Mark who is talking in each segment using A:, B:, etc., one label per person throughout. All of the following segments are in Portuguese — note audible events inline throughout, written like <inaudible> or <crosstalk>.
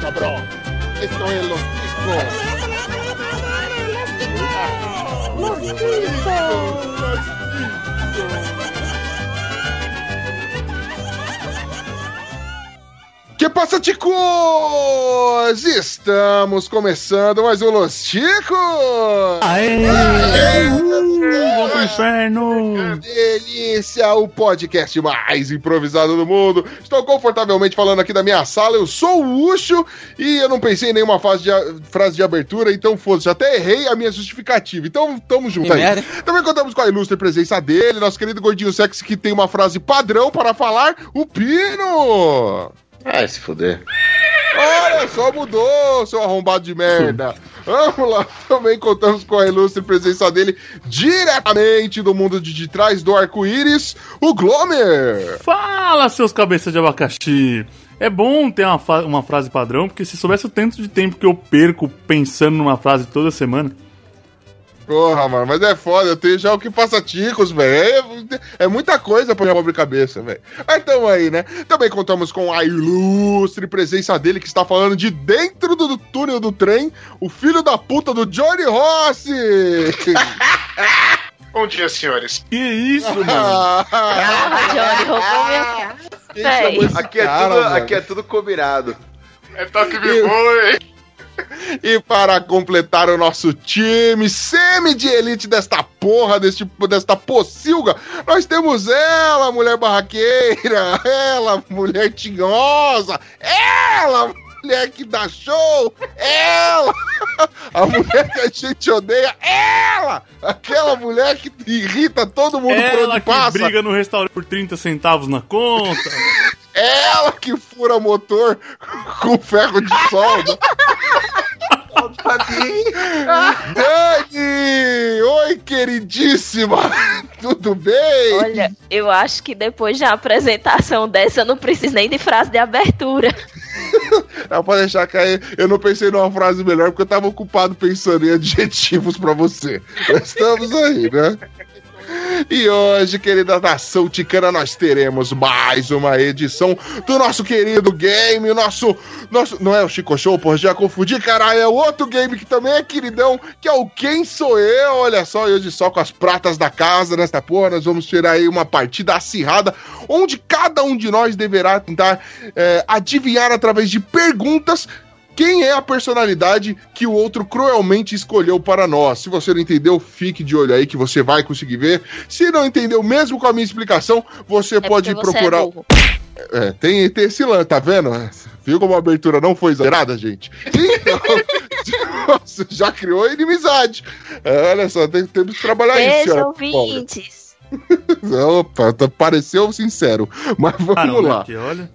A: cabrón. Esto es Los Ticos.
B: Los Ticos.
A: Que passa, Ticos? Estamos começando mais um Los Ticos!
C: Ah.
D: Aê!
A: Aê!
D: Uh, vou pro inferno!
A: Delícia, o podcast mais improvisado do mundo. Estou confortavelmente falando aqui da minha sala. Eu sou o Ucho e eu não pensei em nenhuma fase de a- frase de abertura, então foda-se. Até errei a minha justificativa. Então, tamo junto
C: Que
A: aí.
C: merda.
A: Também contamos com a ilustre presença dele, nosso querido Gordinho Sexy, que tem uma frase padrão para falar, o Pino.
E: Ai, se fuder.
A: Olha só, mudou, seu arrombado de merda. Vamos lá, também contamos com a ilustre presença dele diretamente do mundo de, de trás do arco-íris, o Glomer.
D: Fala, seus cabeças de abacaxi! É bom ter uma, fa- uma frase padrão, porque se soubesse o tanto de tempo que eu perco pensando numa frase toda semana.
A: Porra, mano, mas é foda, eu tenho já o que passa ticos, velho. É, é muita coisa pra minha pobre cabeça, velho. Mas tamo aí, né? Também contamos com a ilustre presença dele que está falando de dentro do, do túnel do trem, o filho da puta do Johnny Rossi.
E: Bom dia, senhores.
A: <laughs>
D: Que isso, mano?
B: Johnny roubou minha cara.
A: Ah, Quem
B: Véi.
A: chamou esse
F: Aqui é,
A: cara,
F: tudo,
A: mano?
F: aqui é tudo combinado.
E: É toque me
A: Eu-
E: voe.
A: E para completar o nosso time semi de elite desta porra, deste, desta pocilga, nós temos ela, mulher barraqueira, ela, mulher tinhosa, ela, mulher que dá show, ela, a mulher que a gente odeia, ela, aquela mulher que irrita todo mundo por
D: Ela
A: onde
D: que
A: passa,
D: briga no restaurante por 30 centavos na
A: <laughs>
D: conta.
A: ela que fura motor <laughs> com ferro de solda. Dani! Oi, queridíssima! <laughs> Tudo bem?
B: Olha, eu acho que depois de uma apresentação dessa, eu não preciso nem de frase de abertura.
A: Ah, pode deixar cair. Eu não pensei numa frase melhor porque eu tava ocupado pensando em adjetivos pra você. Mas estamos aí, né? E hoje, querida nação ticana, nós teremos mais uma edição do nosso querido game, o nosso, nosso. Não é o Chico Show, porra, já confundi, caralho. É o outro game que também é queridão, que é o Quem Sou Eu. Olha só, e hoje só com as pratas da casa nesta porra, nós vamos tirar aí uma partida acirrada, onde cada um de nós deverá tentar é, adivinhar através de perguntas quem é a personalidade que o outro cruelmente escolheu para nós? Se você não entendeu, fique de olho aí que você vai conseguir ver. Se não entendeu, mesmo com a minha explicação, você pode
B: porque você
A: procurar.
B: é burro.
A: É, tem, tem esse lance, tá vendo? Viu como a abertura não foi zerada, gente? Então, <laughs> nossa, já criou inimizade. É, Olha só, tem- temos que trabalhar isso.
B: Beijo,
A: senhora
B: ouvintes.
A: Paula. Opa, tá- pareceu sincero. Mas vamos
D: Caramba,
A: lá.
D: Ah, aqui, olha.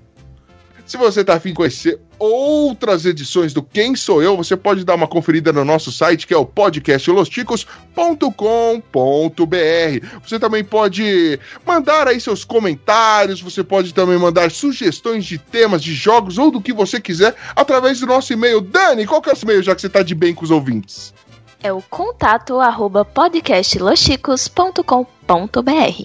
A: Se você tá afim de conhecer outras edições do Quem Sou Eu, você pode dar uma conferida no nosso site, que é o podcastlosticos.com.br. Você também pode mandar aí seus comentários, você pode também mandar sugestões de temas, de jogos ou do que você quiser através do nosso e-mail. Dani, qual que é o seu e-mail, já que você tá de bem com os ouvintes?
B: É o contato arroba podcastlosticos.com.br.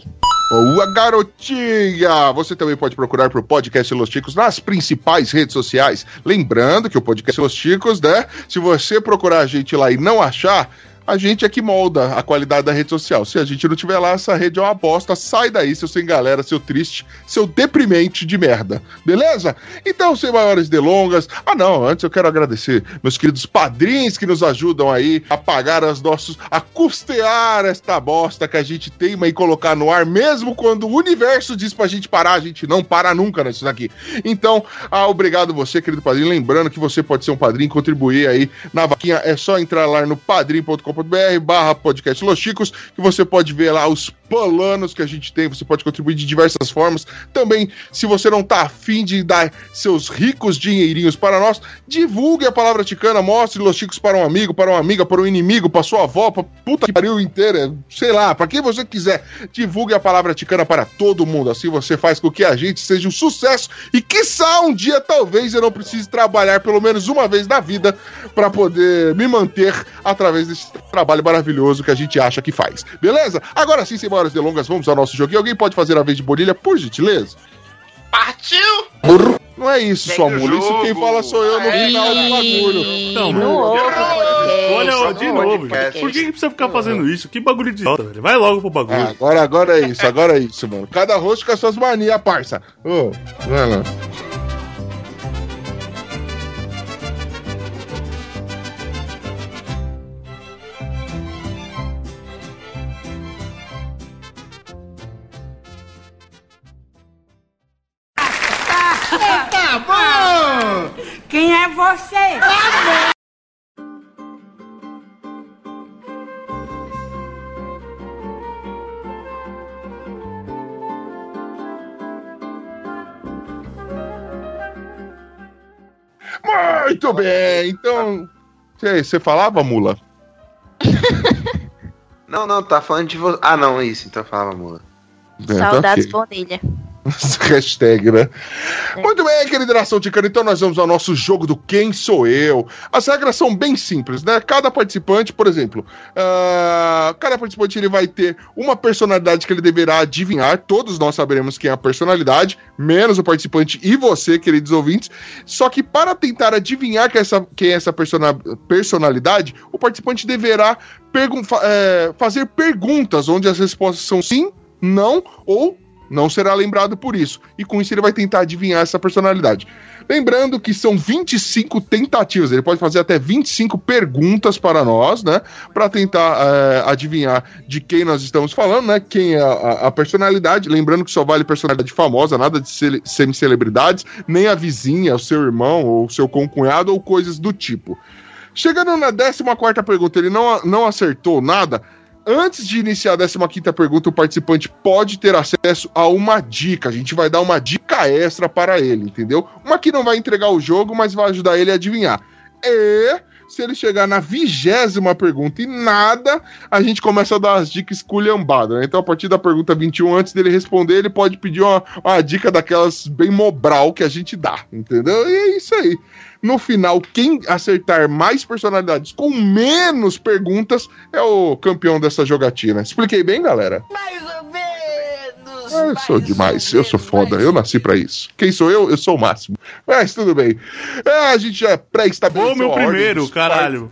A: Boa garotinha! Você também pode procurar por Podcast Los Ticos nas principais redes sociais. Lembrando que o Podcast Los Ticos, né? Se você procurar a gente lá e não achar, a gente é que molda a qualidade da rede social. Se a gente não tiver lá, essa rede é uma bosta. Sai daí, seu sem galera, seu triste, seu deprimente de merda. Beleza? Então, sem maiores delongas. Ah, não, antes eu quero agradecer meus queridos padrinhos que nos ajudam aí a pagar as nossos. a custear esta bosta que a gente teima em colocar no ar, mesmo quando o universo diz pra gente parar, a gente não para nunca nisso daqui. Então, ah, obrigado você, querido padrinho. Lembrando que você pode ser um padrinho, contribuir aí na vaquinha. É só entrar lá no padrim.com.br barra podcast Los Chicos, que você pode ver lá os planos que a gente tem. Você pode contribuir de diversas formas. Também, se você não tá afim de dar seus ricos dinheirinhos para nós, divulgue a palavra ticana, mostre Los Chicos para um amigo, para uma amiga, para um inimigo, para sua avó, para puta que pariu inteira, sei lá, para quem você quiser. Divulgue a palavra ticana para todo mundo. Assim você faz com que a gente seja um sucesso e, quiçá, um dia talvez eu não precise trabalhar pelo menos uma vez na vida para poder me manter através desse trabalho maravilhoso que a gente acha que faz. Beleza? Agora sim, sem maiores delongas, vamos ao nosso jogo. E alguém pode fazer a vez de Bonilha, por gentileza?
E: Partiu!
A: Não é isso,
E: Segue
A: sua
E: o
A: mula. Isso
E: jogo.
A: quem fala sou eu no
B: Ih,
A: final do bagulho.
D: Então,
B: não ouve o podcast,
D: Olha,
B: não
D: ó, de
B: ouve o
D: novo.
B: podcast.
D: Por que, que precisa ficar fazendo isso? Que bagulho de idiota, velho. Vai logo pro
A: É,
D: bagulho.
A: agora, agora é isso, agora é isso, mano. Cada rosto com as suas manias, parça. Ô, vai lá.
C: Quem é você?
A: Muito bem, então. Você você falava, mula?
F: Não, não, tá falando de você. Ah, não, isso, então falava mula.
A: É, tá
B: Saudades
A: ok.
B: Bonilha.
A: Hashtag, né? Muito bem, querida nação ticana, então nós vamos ao nosso jogo do Quem Sou Eu. As regras são bem simples, né? Cada participante, por exemplo, ah, cada participante ele vai ter uma personalidade que ele deverá adivinhar. Todos nós saberemos quem é a personalidade, menos o participante e você, queridos ouvintes. Só que para tentar adivinhar que essa, quem é essa persona- personalidade, o participante deverá pergun- fa- eh, fazer perguntas onde as respostas são sim, não ou não será lembrado por isso. E com isso ele vai tentar adivinhar essa personalidade. Lembrando que são 25 tentativas, ele pode fazer até 25 perguntas para nós, né? Para tentar eh, adivinhar de quem nós estamos falando, né? Quem é a, a- a personalidade. Lembrando que só vale personalidade famosa, nada de cele- semicelebridades, nem a vizinha, o seu irmão, ou o seu concunhado, ou coisas do tipo. Chegando na 14 pergunta, ele não, a- não acertou nada. Antes de iniciar a 15 pergunta, o participante pode ter acesso a uma dica. A gente vai dar uma dica extra para ele, entendeu? Uma que não vai entregar o jogo, mas vai ajudar ele a adivinhar. E se ele chegar na vigésima pergunta e nada, a gente começa a dar as dicas esculhambadas. Né? Então, a partir da pergunta 21, antes dele responder, ele pode pedir uma, uma dica daquelas bem mobral que a gente dá, entendeu? E é isso aí. No final, quem acertar mais personalidades com menos perguntas é o campeão dessa jogatina. Expliquei bem, galera?
C: Mais ou menos.
A: Ah, eu sou demais, eu sou foda, eu nasci pra isso. Quem sou eu? Eu sou o máximo. Mas tudo bem. Ah, a gente já pré-estabeleceu.
D: Ô, meu
A: a Ah, ordem
D: primeiro,
A: dos
D: caralho.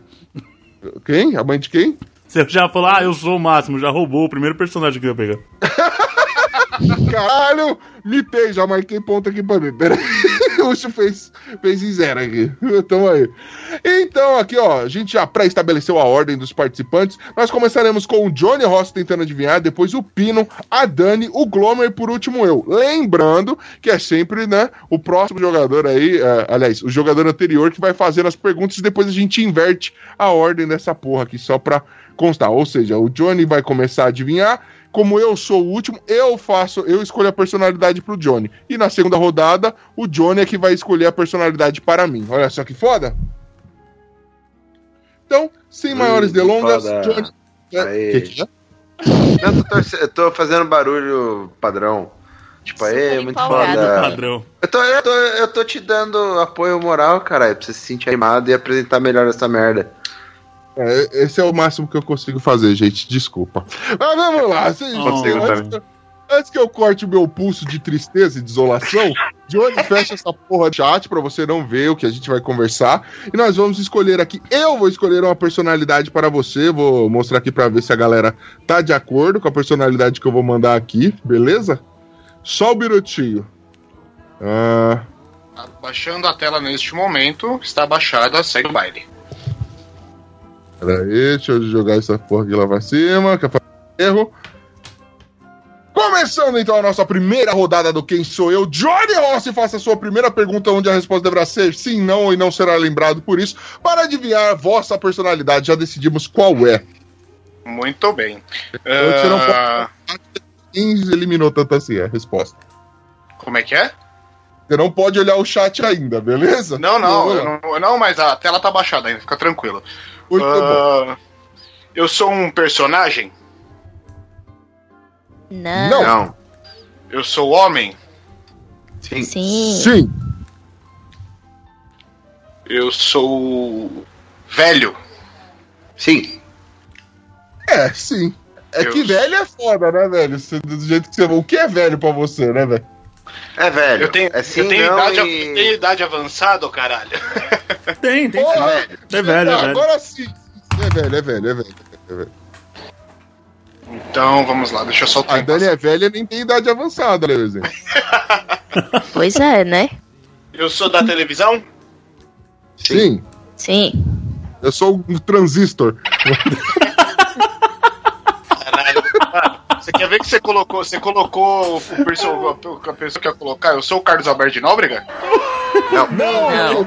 A: par- Quem? A mãe de quem?
D: Você já falou, ah, eu sou o máximo, já roubou o primeiro personagem que eu ia pegar.
A: Caralho, mitei, já marquei ponto aqui pra mim. Pera aí. <laughs> O Ucho fez, fez em zero aqui. <laughs> Tamo aí. Então, aqui, ó, a gente já pré-estabeleceu a ordem dos participantes. Nós começaremos com o Johnny Ross tentando adivinhar, depois o Pino, a Dani, o Glomer e por último eu. Lembrando que é sempre, né, o próximo jogador aí, é, aliás, o jogador anterior que vai fazendo as perguntas e depois a gente inverte a ordem dessa porra aqui, só pra constar. Ou seja, o Johnny vai começar a adivinhar. Como eu sou o último, eu faço, eu escolho a personalidade pro Johnny. E na segunda rodada, o Johnny é que vai escolher a personalidade para mim. Olha só que foda. Então, sem
F: Hum,
A: maiores
F: que
A: delongas,
F: foda.
A: Johnny. Que
F: Aê.
A: que é?
F: Não, tô, torce- eu tô fazendo barulho padrão. Tipo,
B: Super
F: aí, muito
B: empolgado.
F: foda.
D: Padrão.
F: Eu tô, eu, tô, eu tô te dando apoio moral, caralho, pra você se sentir animado e apresentar melhor essa merda.
A: É, esse é o máximo que eu consigo fazer, gente. Desculpa. Mas vamos lá. se-
D: Consigo
A: antes, que- antes que eu corte o meu pulso de tristeza e desolação, Johnny, fecha essa porra de chat pra você não ver o que a gente vai conversar. E nós vamos escolher aqui. Eu vou escolher uma personalidade para você. Vou mostrar aqui pra ver se a galera tá de acordo com a personalidade que eu vou mandar aqui, beleza? Só o birotinho. Ah.
E: Tá baixando a tela neste momento, está baixada, segue o baile.
A: Pera aí, deixa eu jogar essa porra aqui lá pra cima, que é pra- erro. Começando então a nossa primeira rodada do Quem Sou Eu, Johnny Rossi faça a sua primeira pergunta, onde a resposta deverá ser sim, não e não será lembrado por isso. Para adivinhar a vossa personalidade, já decidimos qual é.
E: Muito bem.
A: Eu tiro um pouco.
E: Ah,
A: Quem eliminou tanto assim é a resposta.
E: como é que é?
A: Você não pode olhar o chat ainda, beleza?
E: Não, não,
A: Vamos lá.
E: eu não, não, mas a tela tá baixada ainda, fica tranquilo.
A: Muito bom.
E: Ah, Eu sou um personagem?
B: Não.
A: Não.
F: Não.
E: Eu sou homem?
F: Sim.
B: Sim.
A: Sim,
E: Eu sou velho?
F: Sim.
A: é, sim. É
E: Eu-
A: que velho é foda, né, velho? Se- Do jeito que você. O que é velho pra você, né, velho?
F: É velho.
G: Eu tenho,
F: é sim,
G: eu tenho,
F: não
G: idade,
F: e-
G: eu tenho idade avançada, ô caralho.
E: <laughs>
D: Tem, tem.
A: Porra,
D: sim. É velho, é
A: Ah,
D: velho.
A: Agora sim. É velho, é velho, é velho. é velho.
G: Então, vamos lá, deixa eu só o
A: A
G: tempo
A: Dani é velha e nem tem idade avançada, né, Leozinho.
B: Pois é, né?
G: Eu sou da televisão?
A: Sim.
B: Sim.
A: Eu sou um transistor.
G: Caralho. Mano, Você quer ver que você colocou, você colocou o perso- a pessoa que ia colocar? Eu sou o Carlos Alberto de Nóbrega?
B: Não.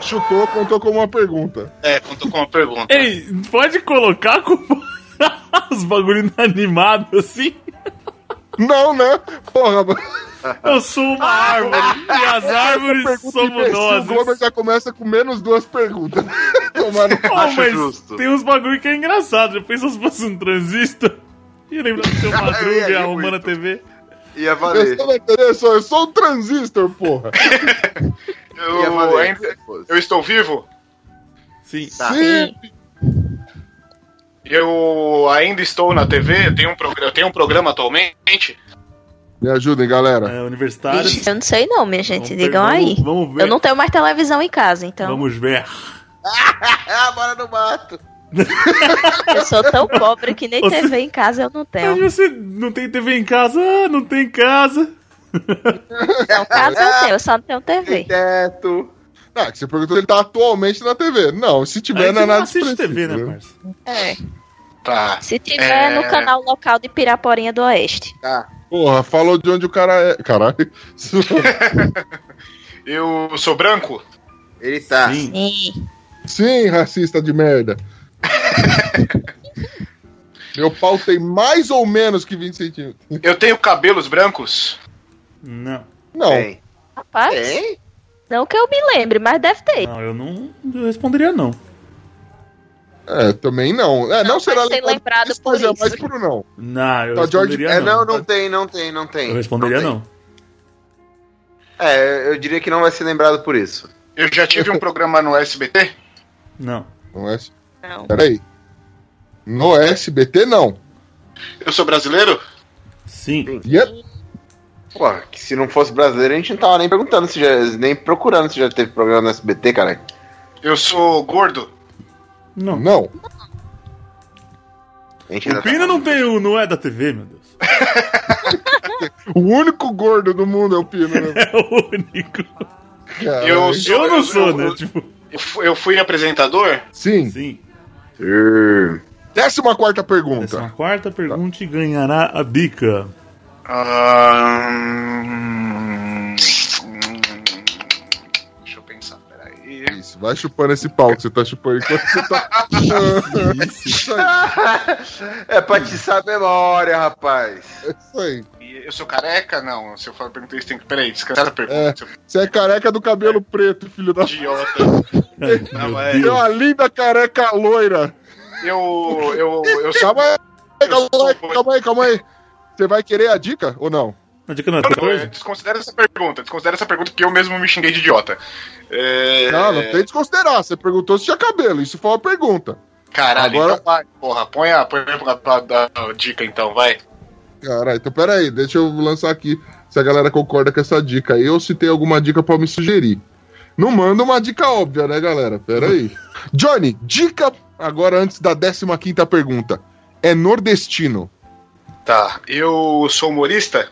A: Chutou, chutou, contou como uma pergunta.
G: É, contou com uma pergunta.
D: Ei, pode colocar como <laughs> os bagulho inanimado assim?
A: Não, né? Porra, mano.
D: Eu sou uma árvore e as árvores
A: pergunta
D: somos
A: imbecil, é O
D: nós.
A: Glomer já começa com menos duas perguntas. <laughs> Tomar no-
D: Pô,
F: Acho
D: mas
F: justo.
D: tem uns bagulho que é engraçado. Já pensa se fosse um transistor? <laughs> E lembra do seu
F: Eu
D: Madruga
F: ia
D: e
F: rir
D: a Humana
F: muito.
D: TV?
F: Ia
A: Eu
F: valer.
A: sou, eu sou- eu sou um transistor, porra.
F: Ia
G: Eu,
F: valer.
G: ainda- eu estou vivo?
D: Sim.
F: Tá.
A: Sim.
G: Eu ainda estou na TV? Eu tenho um, programa- eu tenho um programa atualmente?
A: Me ajudem, galera.
D: É, universitário.
B: Ixi, eu não sei não, minha gente.
D: Vamos
B: Digam
D: ver,
B: aí.
D: vamos- vamos ver.
B: Eu não tenho mais televisão em casa, então.
D: Vamos ver.
F: Ah, bora no mato.
B: Eu sou tão pobre que nem
D: Você-
B: TV em casa eu não
D: Mas
B: tenho.
D: você não tem TV em casa? Ah, não tem casa.
B: Não, casa eu tenho, eu só não tenho TV.
F: Teto.
A: Ah, que você perguntou se ele tá atualmente na TV. Não, se
D: Aí
A: tiver
D: você
A: na
D: não
A: nada
D: assiste TV, né,
A: expressivo.
D: parça?
B: É.
G: Tá.
B: Se tiver
G: É.
B: no canal local de Piraporinha do Oeste.
F: Tá,
A: Porra, falou de onde o cara é. Caralho. <laughs>
G: Eu sou branco?
F: Ele tá.
D: Sim.
B: Sim.
A: Sim, racista de merda. Meu pau tem mais ou menos que 20 centímetros.
G: Eu tenho cabelos brancos?
D: Não.
A: Não.
F: Tem.
B: Rapaz,
F: Tem?
B: não que eu me lembre, mas deve ter.
D: Não, eu não eu responderia não.
A: É, também não. É, não,
B: Não
A: será
B: vai ser lembrado
A: mas
B: por
A: é
B: isso.
A: mais pro não.
D: Não, eu
A: Tá, George-
D: responderia
F: É,
D: não.
F: não, não tem, não tem, não tem.
D: Eu responderia
F: tem.
D: não.
F: É, eu diria que não vai ser lembrado por isso.
G: Eu já tive <laughs> um programa no SBT?
D: Não.
A: No S...
B: Não.
A: é Peraí. No SBT, não.
G: Eu sou brasileiro?
D: Sim.
F: Sim.
A: E é-
F: Pô, que se não fosse brasileiro, a gente não tava nem perguntando se já. nem procurando se já teve programa no SBT, cara.
G: Eu sou gordo?
D: Não.
A: Não.
F: A gente tá-
D: O Pina não tem o não é da TV, meu Deus. <laughs>
A: O único gordo do mundo é o Pino, né?
D: É o único.
A: Cara,
G: Eu
A: hein?
G: sou-
D: eu não sou,
G: eu-
D: né?
G: eu-
D: Tipo,
G: Eu fu- eu fui apresentador?
A: Sim.
D: sim.
F: Err.
D: né?
A: Décima quarta pergunta.
D: Décima quarta pergunta e ganhará a bica.
G: Ahn, Deixa eu pensar, peraí.
A: Isso, vai chupando esse pau que você tá chupando enquanto você tá. <laughs> isso aí,
F: É pra te saber a memória, rapaz.
A: isso aí.
G: Eu sou careca? Não, se eu for perguntar isso, tem que. Peraí, descansar a
A: É.
G: pergunta, seu
A: Você é careca do cabelo preto, filho da.
G: idiota.
D: Ai,
G: Não,
D: meu
G: é-
A: Tem
D: Deus.
A: uma linda careca loira.
G: Eu. Eu. Eu sou.
A: Calma aí, calma aí, calma aí, calma aí. Você vai querer a dica ou não?
D: Não dica não é outra
G: Não, eu
D: coisa?
G: Desconsidera essa pergunta, desconsidera essa pergunta porque eu mesmo me xinguei de idiota. É,
A: Não, não tem que desconsiderar. Você perguntou se tinha cabelo. Isso foi uma pergunta.
G: Caralho,
A: Agora-
G: então vai, porra, põe a, põe a, a- a dica então, vai.
A: Caralho, então peraí, deixa eu lançar aqui se a galera concorda com essa dica aí ou se tem alguma dica pra me sugerir. Não manda uma dica óbvia, né, galera? Peraí.
G: <laughs>
A: Johnny, dica agora antes da 15 quinta pergunta. É nordestino?
G: Tá, eu sou humorista?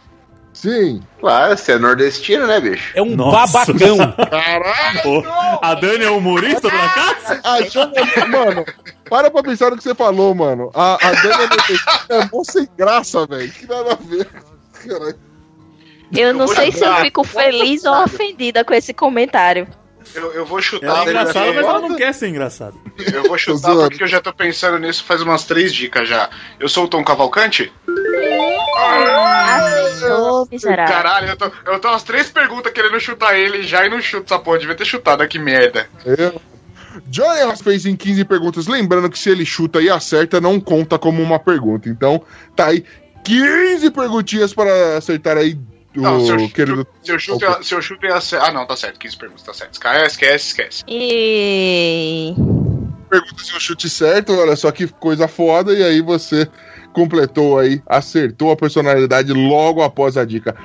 A: Sim.
F: Claro, você é nordestino, né, bicho?
H: É um
D: Nossa.
H: babacão.
A: Caralho!
D: <laughs> Pô, a Dani é humorista, por acaso?
A: Achou, mano, para pra pensar no que você falou, mano. A, a Dani nordestina é mó sem graça, velho. Que nada a ver. Caralho.
B: Eu não
G: vou
B: sei se eu
G: chutar.
B: fico feliz ou ofendida com esse comentário.
G: Eu, eu vou
D: Ela
G: chutar,
D: é engraçada, mas
G: porque,
D: ela não quer ser engraçada.
G: eu vou chutar
A: zoando.
G: porque eu já tô pensando nisso faz umas três dicas já. Eu sou o Tom Cavalcante?
B: Acertou, miserável.
G: Caralho, eu tô, eu tô umas três perguntas querendo chutar ele já e não chuto essa porra, devia ter chutado, olha que merda.
A: Eu. Johnny Ross fez em 15 perguntas. Lembrando que se ele chuta e acerta, não conta como uma pergunta. Então, tá aí 15 perguntinhas para acertar aí o
G: Não, se eu chuto-
A: querido.
G: Se eu chuto,
A: Opa.
G: se eu chuto e ace- Ah, não, tá certo, 15 perguntas, tá certo. Esquece, esquece, esquece.
B: E...
A: Perguntas e um chute certo. Olha só que coisa foda. E aí você completou aí, acertou a personalidade logo após a dica.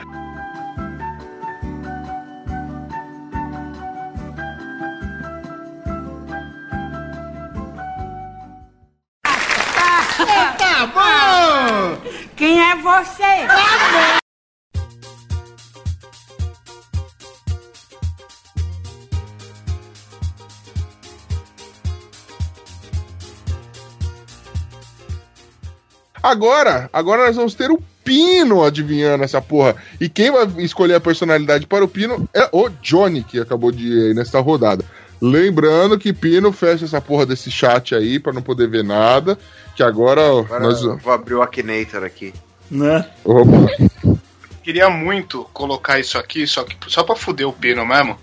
C: você?
A: Agora, agora nós vamos ter o Pino adivinhando essa porra. E quem vai escolher a personalidade para o Pino é o Johnny, que acabou de ir aí nesta rodada. Lembrando que Pino fecha essa porra desse chat aí para não poder ver nada. Que agora, ó,
F: Agora é.
A: nós.
F: eu vou abrir o Akinator aqui.
D: Né?
A: Opa.
E: Queria muito colocar isso aqui, só, que, só pra fuder o Pino mesmo.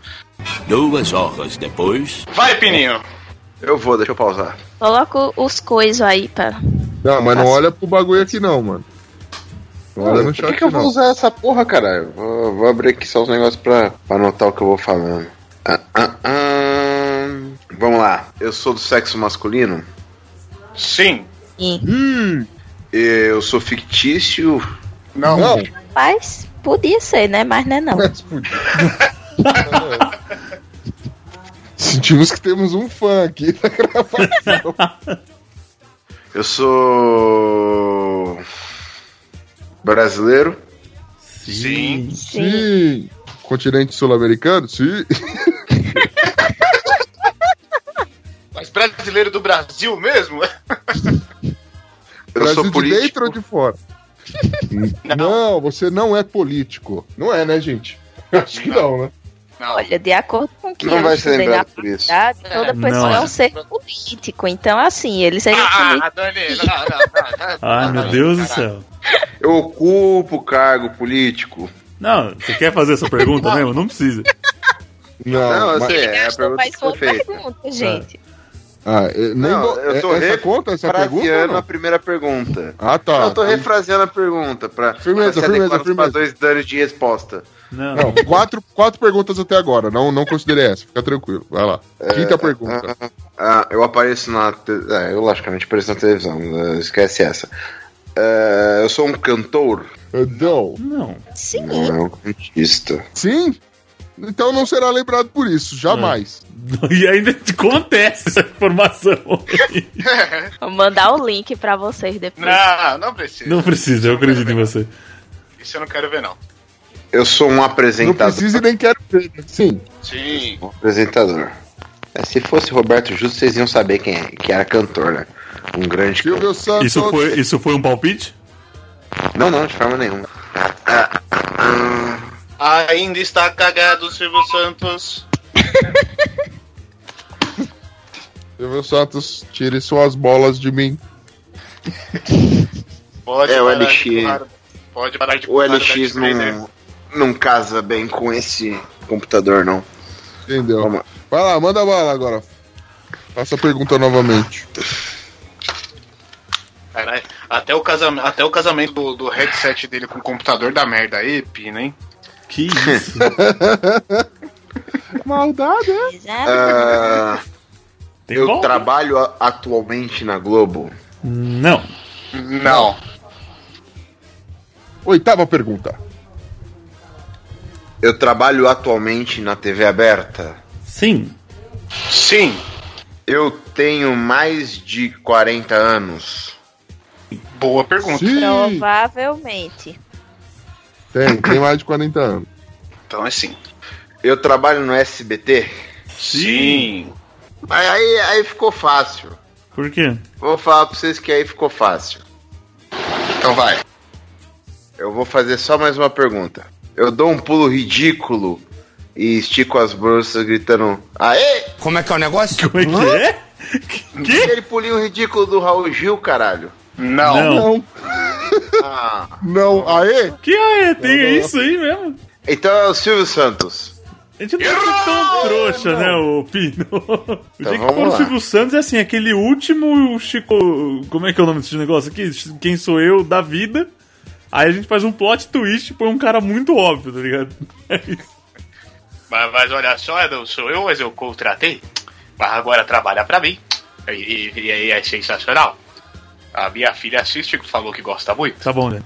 I: Duas horas depois.
E: Vai, Pininho!
F: Eu vou, deixa eu pausar.
B: Coloca os coisos aí pra.
A: Não, mas não olha pro bagulho aqui não, mano. Não olha no
F: Por
A: chat
F: que, que eu vou
A: não.
F: usar essa porra, caralho? Vou, vou abrir aqui só os negócios pra, pra anotar o que eu vou falando. Ah, ah, ah. Vamos lá. Eu sou do sexo masculino.
E: Sim.
B: Ih,
A: Hum,
F: Eu sou fictício.
E: Não.
A: não,
B: Mas podia ser, né? Mas não é não.
A: mas fudido. <laughs> Sentimos que temos um fã aqui na gravação.
F: Eu sou. Brasileiro.
E: Sim.
B: Sim.
A: Sim. Continente sul-americano? Sim.
E: Mas brasileiro do Brasil
G: <laughs>
E: mesmo?
F: Eu
A: Brasil
F: sou político.
A: de dentro ou de
F: <laughs>
A: fora? não. você não é político. Não é, né, gente? <laughs> Eu acho que não, né?
E: Não.
B: Olha, de acordo com o que
F: Não
B: eu
F: vai ser
B: estudei na
F: lembrado por isso.
B: faculdade, toda
D: Não.
B: pessoa é um ser político. Então, assim, ele seria político.
E: Ah, Dani, não, não, não, não,
D: Ai,
E: não,
D: meu
E: não,
D: Deus do
E: caralho.
D: céu.
F: Eu ocupo cargo político.
D: Não, você quer fazer essa pergunta mesmo? Não precisa.
F: Não, eu
A: mas-
F: sei, é a
B: Gastou
F: pergunta
B: mais
F: que
B: uma
F: foi feita.
B: pergunta, gente.
A: Ah, é, nem
F: Não,
A: do-
F: eu tô
A: é- essa
F: re-
A: conta, essa pergunta? ou
F: Parafraseando a
A: não?
F: primeira pergunta.
A: Ah, tá.
F: eu tô refraseando a pergunta pra,
A: Firmeza,
F: pra se
A: firmeza,
F: adequar
A: firmeza.
F: para dois danos de resposta.
D: Não.
A: Não, quatro, quatro perguntas até agora. Não, não considerei essa. Fica tranquilo. Vai lá.
F: É,
A: Quinta pergunta.
F: Ah, eu apareço na. Te... ah, eu logicamente apareço na televisão, né? esquece essa. Ah, eu sou um cantor?
A: Não.
D: Não.
B: Sim.
F: Não, é um cantista.
A: Sim? Então não será lembrado por isso. Jamais.
D: <laughs> E ainda acontece essa informação. <laughs>
B: Vou mandar o link pra vocês depois. né?
E: Não, não precisa.
D: Não precisa, eu acredito em você.
E: Isso eu não quero ver, não.
F: Eu sou um
A: Não
F: apresentador.
A: precisa e nem quero ver. né? Sim.
E: Sim.
F: Um apresentador. É, se fosse Roberto Justo, vocês iam saber quem é, que era cantor, né? Um grande cantor.
A: Silvio Santos.
D: Isso foi, isso foi um palpite?
F: Não, não, de forma nenhuma.
E: Ainda está cagado, Silvio Santos.
A: Silvio Santos, tire suas bolas de mim.
E: Pode
F: É, o
E: parar
F: LX.
E: de pular- Pode parar de
F: O
G: tá
E: pular
F: LX
E: Darth Vader.
F: não, não casa bem com esse computador, não.
A: Entendeu?
F: Vamos.
A: Vai lá, manda bala agora. Faça a pergunta novamente.
E: Caralho, até o casamento, até o casamento do, do headset dele com o computador da merda aí, Pina, hein?
D: Que isso?
A: Maldade, é?
B: Exato.
F: Ah,
D: Tem
F: eu
D: palpite?
F: trabalho a- atualmente na Globo.
D: Não.
E: Não.
A: Oitava pergunta.
F: Eu trabalho atualmente na TV aberta.
D: Sim.
E: Sim.
F: Eu tenho mais de 40 anos.
E: Boa pergunta.
A: Sim,
B: Provavelmente.
A: tem, tem mais de 40 anos.
E: Então é sim.
F: Eu trabalho no SBT.
E: Sim.
F: Aí, aí, aí ficou fácil.
D: Por quê?
F: Vou falar pra vocês que aí ficou fácil.
E: Então vai.
F: Eu vou fazer só mais uma pergunta. Eu dou um pulo ridículo e estico as bruxas gritando. Aê!
J: Como é que é o negócio?
D: Como é que é? Que?
F: Aquele pulinho ridículo do Raul Gil, caralho.
E: Não.
D: Não.
A: Não,
F: Ah,
A: não, aê!
D: Que é? Tem é isso aí mesmo?
F: então é o Silvio Santos.
D: A gente não deve ser tão trouxa, né, o Pino? <laughs> O dia que
F: vamos
D: for o
F: lá.
D: Silvio Santos é assim, aquele último Chico. Como é que é o nome desse negócio aqui? Quem sou eu da vida. Aí a gente faz um plot twist e põe um cara muito óbvio, tá ligado? <laughs> É isso.
E: Mas, mas olha só, não sou eu, mas eu contratei. Mas agora trabalha pra mim. E, e, e aí é sensacional. A minha filha assiste e falou que gosta muito.
D: Tá bom, né?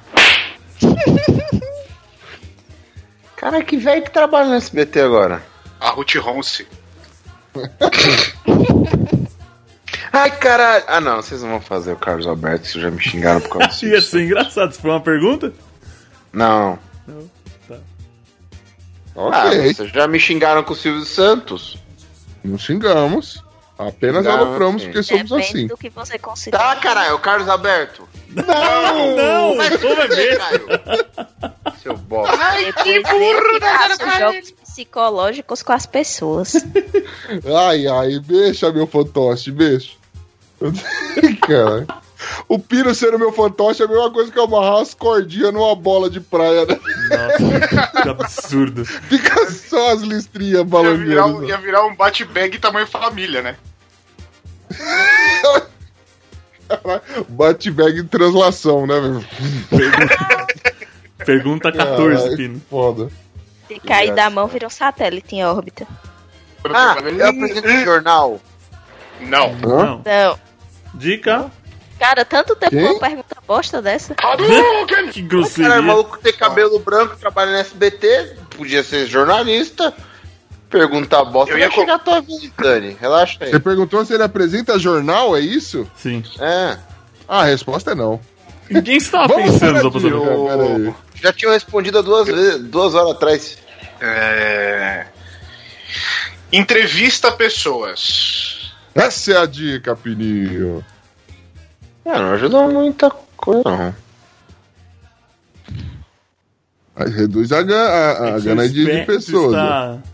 F: Cara, que velho que trabalha no SBT agora.
E: A Ruth Ronce.
F: Ah, Ai, caralho. Ah, não, vocês não vão fazer o Carlos Alberto, vocês já me xingaram por causa disso.
D: Ia ser engraçado. Se for uma pergunta,
F: Não. Ah,
A: Ok,
F: vocês já me xingaram com o Silvio Santos.
A: não xingamos. Apenas
F: Não,
A: alopramos
F: ok.
A: porque somos
B: Depende
A: assim.
B: do que você considera.
F: Tá, caralho, o Carlos Alberto.
A: Não!
D: Não,
F: Vai
D: o povo é
F: fuder,
D: besta.
F: caralho. Seu bosta.
B: Ai, que burro, né? jogos psicológicos com as pessoas.
A: Ai, ai, deixa meu fantoche, beijo. Cara, o Piro sendo meu fantoche é a mesma coisa que eu amarrar as cordinhas numa bola de praia, né?
D: Nossa, que absurdo.
A: Fica só as listrinhas
E: Ia virar, um-
A: balançando.
E: ia virar um bate-bag tamanho família, né?
A: Bate-bag em translação, né, velho?
D: Pergunta
A: Caralho,
D: 14,
A: que
D: Pino.
A: Foda.
B: Se cair da mão, vira um satélite em órbita.
F: Ah, eu apresento o jornal.
E: Não.
D: Não.
B: Não.
D: Dica.
B: Cara, tanto tempo
A: Quem?
B: uma pergunta bosta dessa.
D: Que
E: é
F: Caralho, o
D: grosseria.
F: maluco tem cabelo branco, trabalha no SBT, podia ser jornalista. Perguntar bosta,
E: Eu ia
F: vai chegar a tua vez, Dani. Relaxa
B: É.
F: aí.
A: Você perguntou se ele apresenta jornal, é isso?
D: Sim.
F: É.
A: Ah, a resposta é não.
D: Em quem você tava
A: Vamos
D: pensando,
A: parar de
D: só pra saber?
A: Cara, peraí.
F: Já tinham respondido há duas, vezes, duas horas atrás.
E: É... Entrevista pessoas.
A: Essa é a dica, Pininho.
F: É, não ajudou muita coisa, não.
A: Aí Reduz a, gan- a, a
D: Seu
A: gana é de, de
D: espectro
A: pessoas. né?
D: está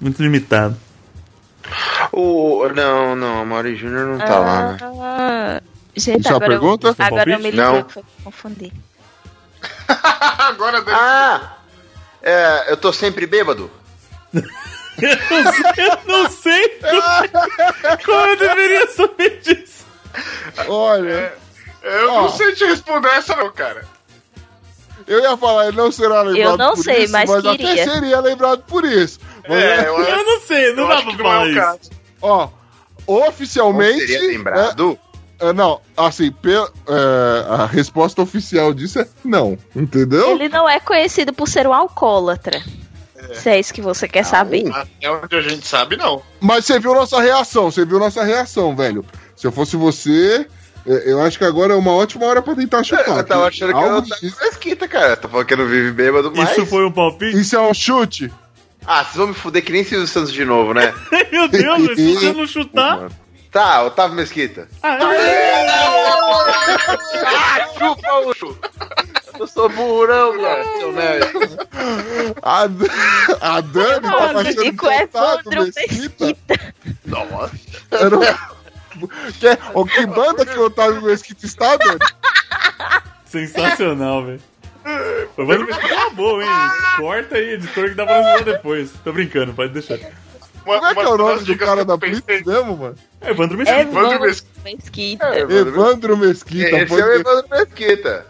D: Muito limitado.
F: O, não, não, o Mauri Júnior não tá lá, né?
B: Ah, gente,
A: Isso é uma
B: agora, eu-
A: pergunta?
B: agora eu me
F: Palpite?
B: liguei,
F: Não.
B: foi confundir.
E: Agora deve...
F: Ah! É, eu tô sempre bêbado?
D: <laughs> Eu não sei como- como eu deveria saber disso.
A: Olha,
E: Eu
A: Ó.
E: não sei te responder essa não, cara.
A: eu ia falar, ele não será lembrado
B: não
A: por
B: sei,
A: isso,
B: mas
A: até
B: queria.
A: seria lembrado por isso. Mas,
E: É, eu,
D: Eu não sei, não
E: eu
D: dá
E: acho
D: pra
E: que não é
D: falar
E: o
D: isso.
E: caso.
A: ó, oficialmente...
F: seria lembrado?
A: é- é, não, assim, pe- é, a resposta oficial disso é não, entendeu?
B: Ele não é conhecido por ser um alcoólatra. Se é isso que você quer saber.
G: um
E: Até onde a gente sabe, não.
A: Mas você viu nossa reação, você viu nossa reação, velho. Se eu fosse você, é, eu acho que agora é uma ótima hora pra tentar chutar.
F: Eu tava achando que
A: Algo
F: eu tava
A: disso-
F: fresquita, cara. Tá falando que eu não vive bêbado mais.
D: Isso foi um palpite?
A: Isso é um chute?
F: Ah, vocês vão me fuder que nem Silvio Santos de novo, <laughs> né?
D: Meu Deus, mas se você não chutar.
F: Tá, Otávio Mesquita. Ah, chupa, Ucho! Eu sou burrão, cara, seu merda.
A: A, a Dani tá
B: Olha,
A: fazendo
B: Nico é
A: contato,
B: Evandro
A: Mesquita.
B: Mesquita.
E: Nossa.
A: Era um- Que, o que banda que o Otávio Mesquita está, Dani?
D: Sensacional, velho. Eu vou
E: <laughs>
D: me uma boa, hein? Corta aí, editor, que dá pra usar depois. Tô brincando, pode deixar.
E: Uma,
A: Como é que é o
E: uma
A: nome
E: das
A: do
E: dicas
A: cara
E: que é, eu
A: da Blitz
E: pensei-
A: mesmo, mano?
D: É, Evandro Mesquita.
B: É Evandro
E: Mesquita.
B: Mesquita.
A: Evandro Mesquita.
F: Esse
A: pode
F: é o
A: ser.
F: Evandro Mesquita.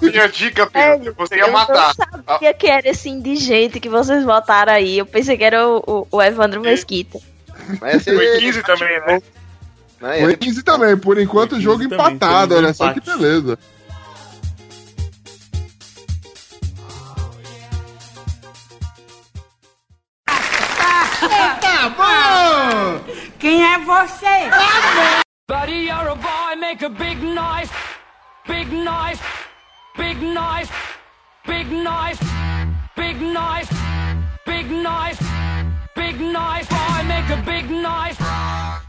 E: Minha dica, Pedro, você ia
B: Eu
E: matar.
B: não sabia que era esse indigente que vocês votaram aí. Eu pensei que era o, o- o Evandro Mesquita.
F: Mas esse
E: Foi
F: é-
E: 15 também, né?
F: né,
A: Foi
F: ele-
A: 15 também, por enquanto o
D: Foi
A: jogo
F: é
D: 15 também,
A: empatado,
D: temos
A: olha só que
D: empate.
A: beleza.
C: Quem é você?
J: Buddy, you're a boy, make a big noise. Big noise. Big noise. Big noise. Big noise. Big noise. Big noise, boy, make a big noise.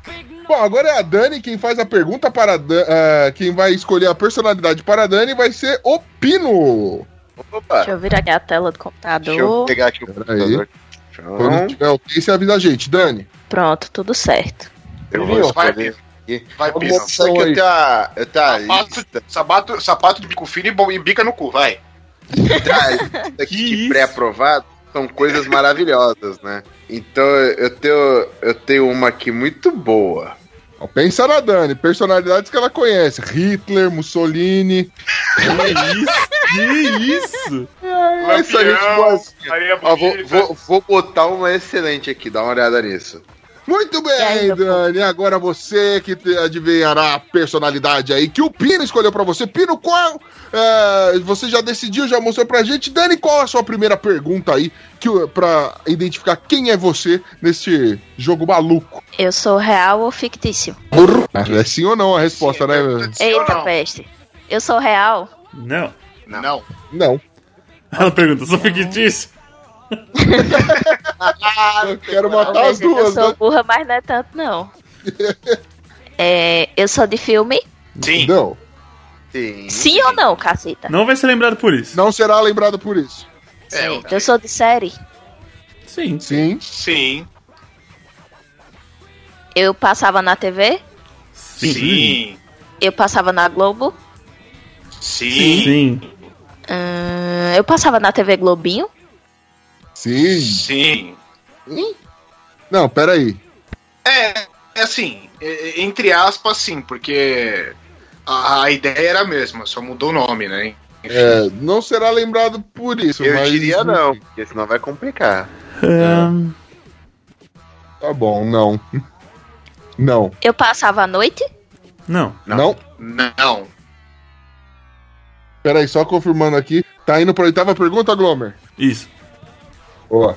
J: Big
A: Bom, agora é a Dani quem faz a pergunta para a Dan- ah, quem vai escolher a personalidade para a Dani vai ser o Pino.
F: Opa,
B: Deixa eu virar aqui a tela do computador.
F: deixa eu pegar aqui o
A: Peraí.
F: computador.
A: Quando
F: Então,
A: tiver ok, você avisa a gente, Dani.
B: Pronto, tudo certo.
F: Eu vou
E: Vai,
F: escolher.
E: Vai,
A: Vamos
E: Pedro.
A: lá.
F: Só que eu tenho a, eu tenho a lista
E: Sapato, sapato, sapato de bico fino e bo- e bica no cu, vai.
F: traz
D: Que
F: aqui de
D: isso?
F: pré-aprovado são coisas maravilhosas, né? Então eu tenho, eu tenho uma aqui muito boa.
A: Ó, Pensa na Dani, personalidades que ela conhece: Hitler, Mussolini.
D: Que
A: <laughs>
D: isso?
F: Essa gente
A: É
E: Lampião,
F: boa assim.
E: Maria
F: Ó, vou,
E: Bonita.
F: vou, vou botar uma excelente aqui, dá uma olhada nisso.
A: Muito bem, Dani. Agora você que te- adivinhará a personalidade aí que o Pino escolheu pra você. Pino, qual? é, você já decidiu, já mostrou pra gente. Dani, qual a sua primeira pergunta aí que, o- pra identificar quem é você neste jogo maluco?
B: Eu sou real ou fictício?
A: Burro. É sim ou não a resposta,
F: é
A: né?
E: Sim ou
B: Eita
E: não?
B: peste. Eu sou real?
D: Não. <laughs>
E: Não.
A: Não.
D: Ela pergunta, sou fictício?
A: Eu quero matar as
B: Talvez eu
A: duas,
B: sou
A: né?
B: burra, mas não é tanto, não. É, eu sou de filme?
E: Sim.
A: né? Não.
F: Sim.
B: Sim ou não, caceta?
D: Não vai ser lembrado por isso.
A: Não será lembrado por isso.
E: É,
B: Sim. Eu sou de série?
D: Sim.
A: Sim.
E: Sim.
B: Eu passava na TV?
D: Sim.
E: Sim.
B: Eu passava na Globo?
E: Sim.
D: Sim.
B: Hum, eu passava na TV Globinho?
A: Sim.
E: Sim.
A: Não, peraí.
E: É, é assim, é, é, entre aspas, sim, porque a, a ideia era a mesma, só mudou o nome, né?
A: É, não será lembrado por isso,
F: Eu
A: mas.
F: diria não, porque senão vai complicar.
D: Ahn,
A: Tá bom, não. <laughs> Não.
B: Eu passava à noite?
D: não.
A: Não.
F: Não.
E: Não.
A: Peraí, só confirmando aqui. Tá indo pra oitava pergunta, Glomer?
D: Isso.
A: Ó.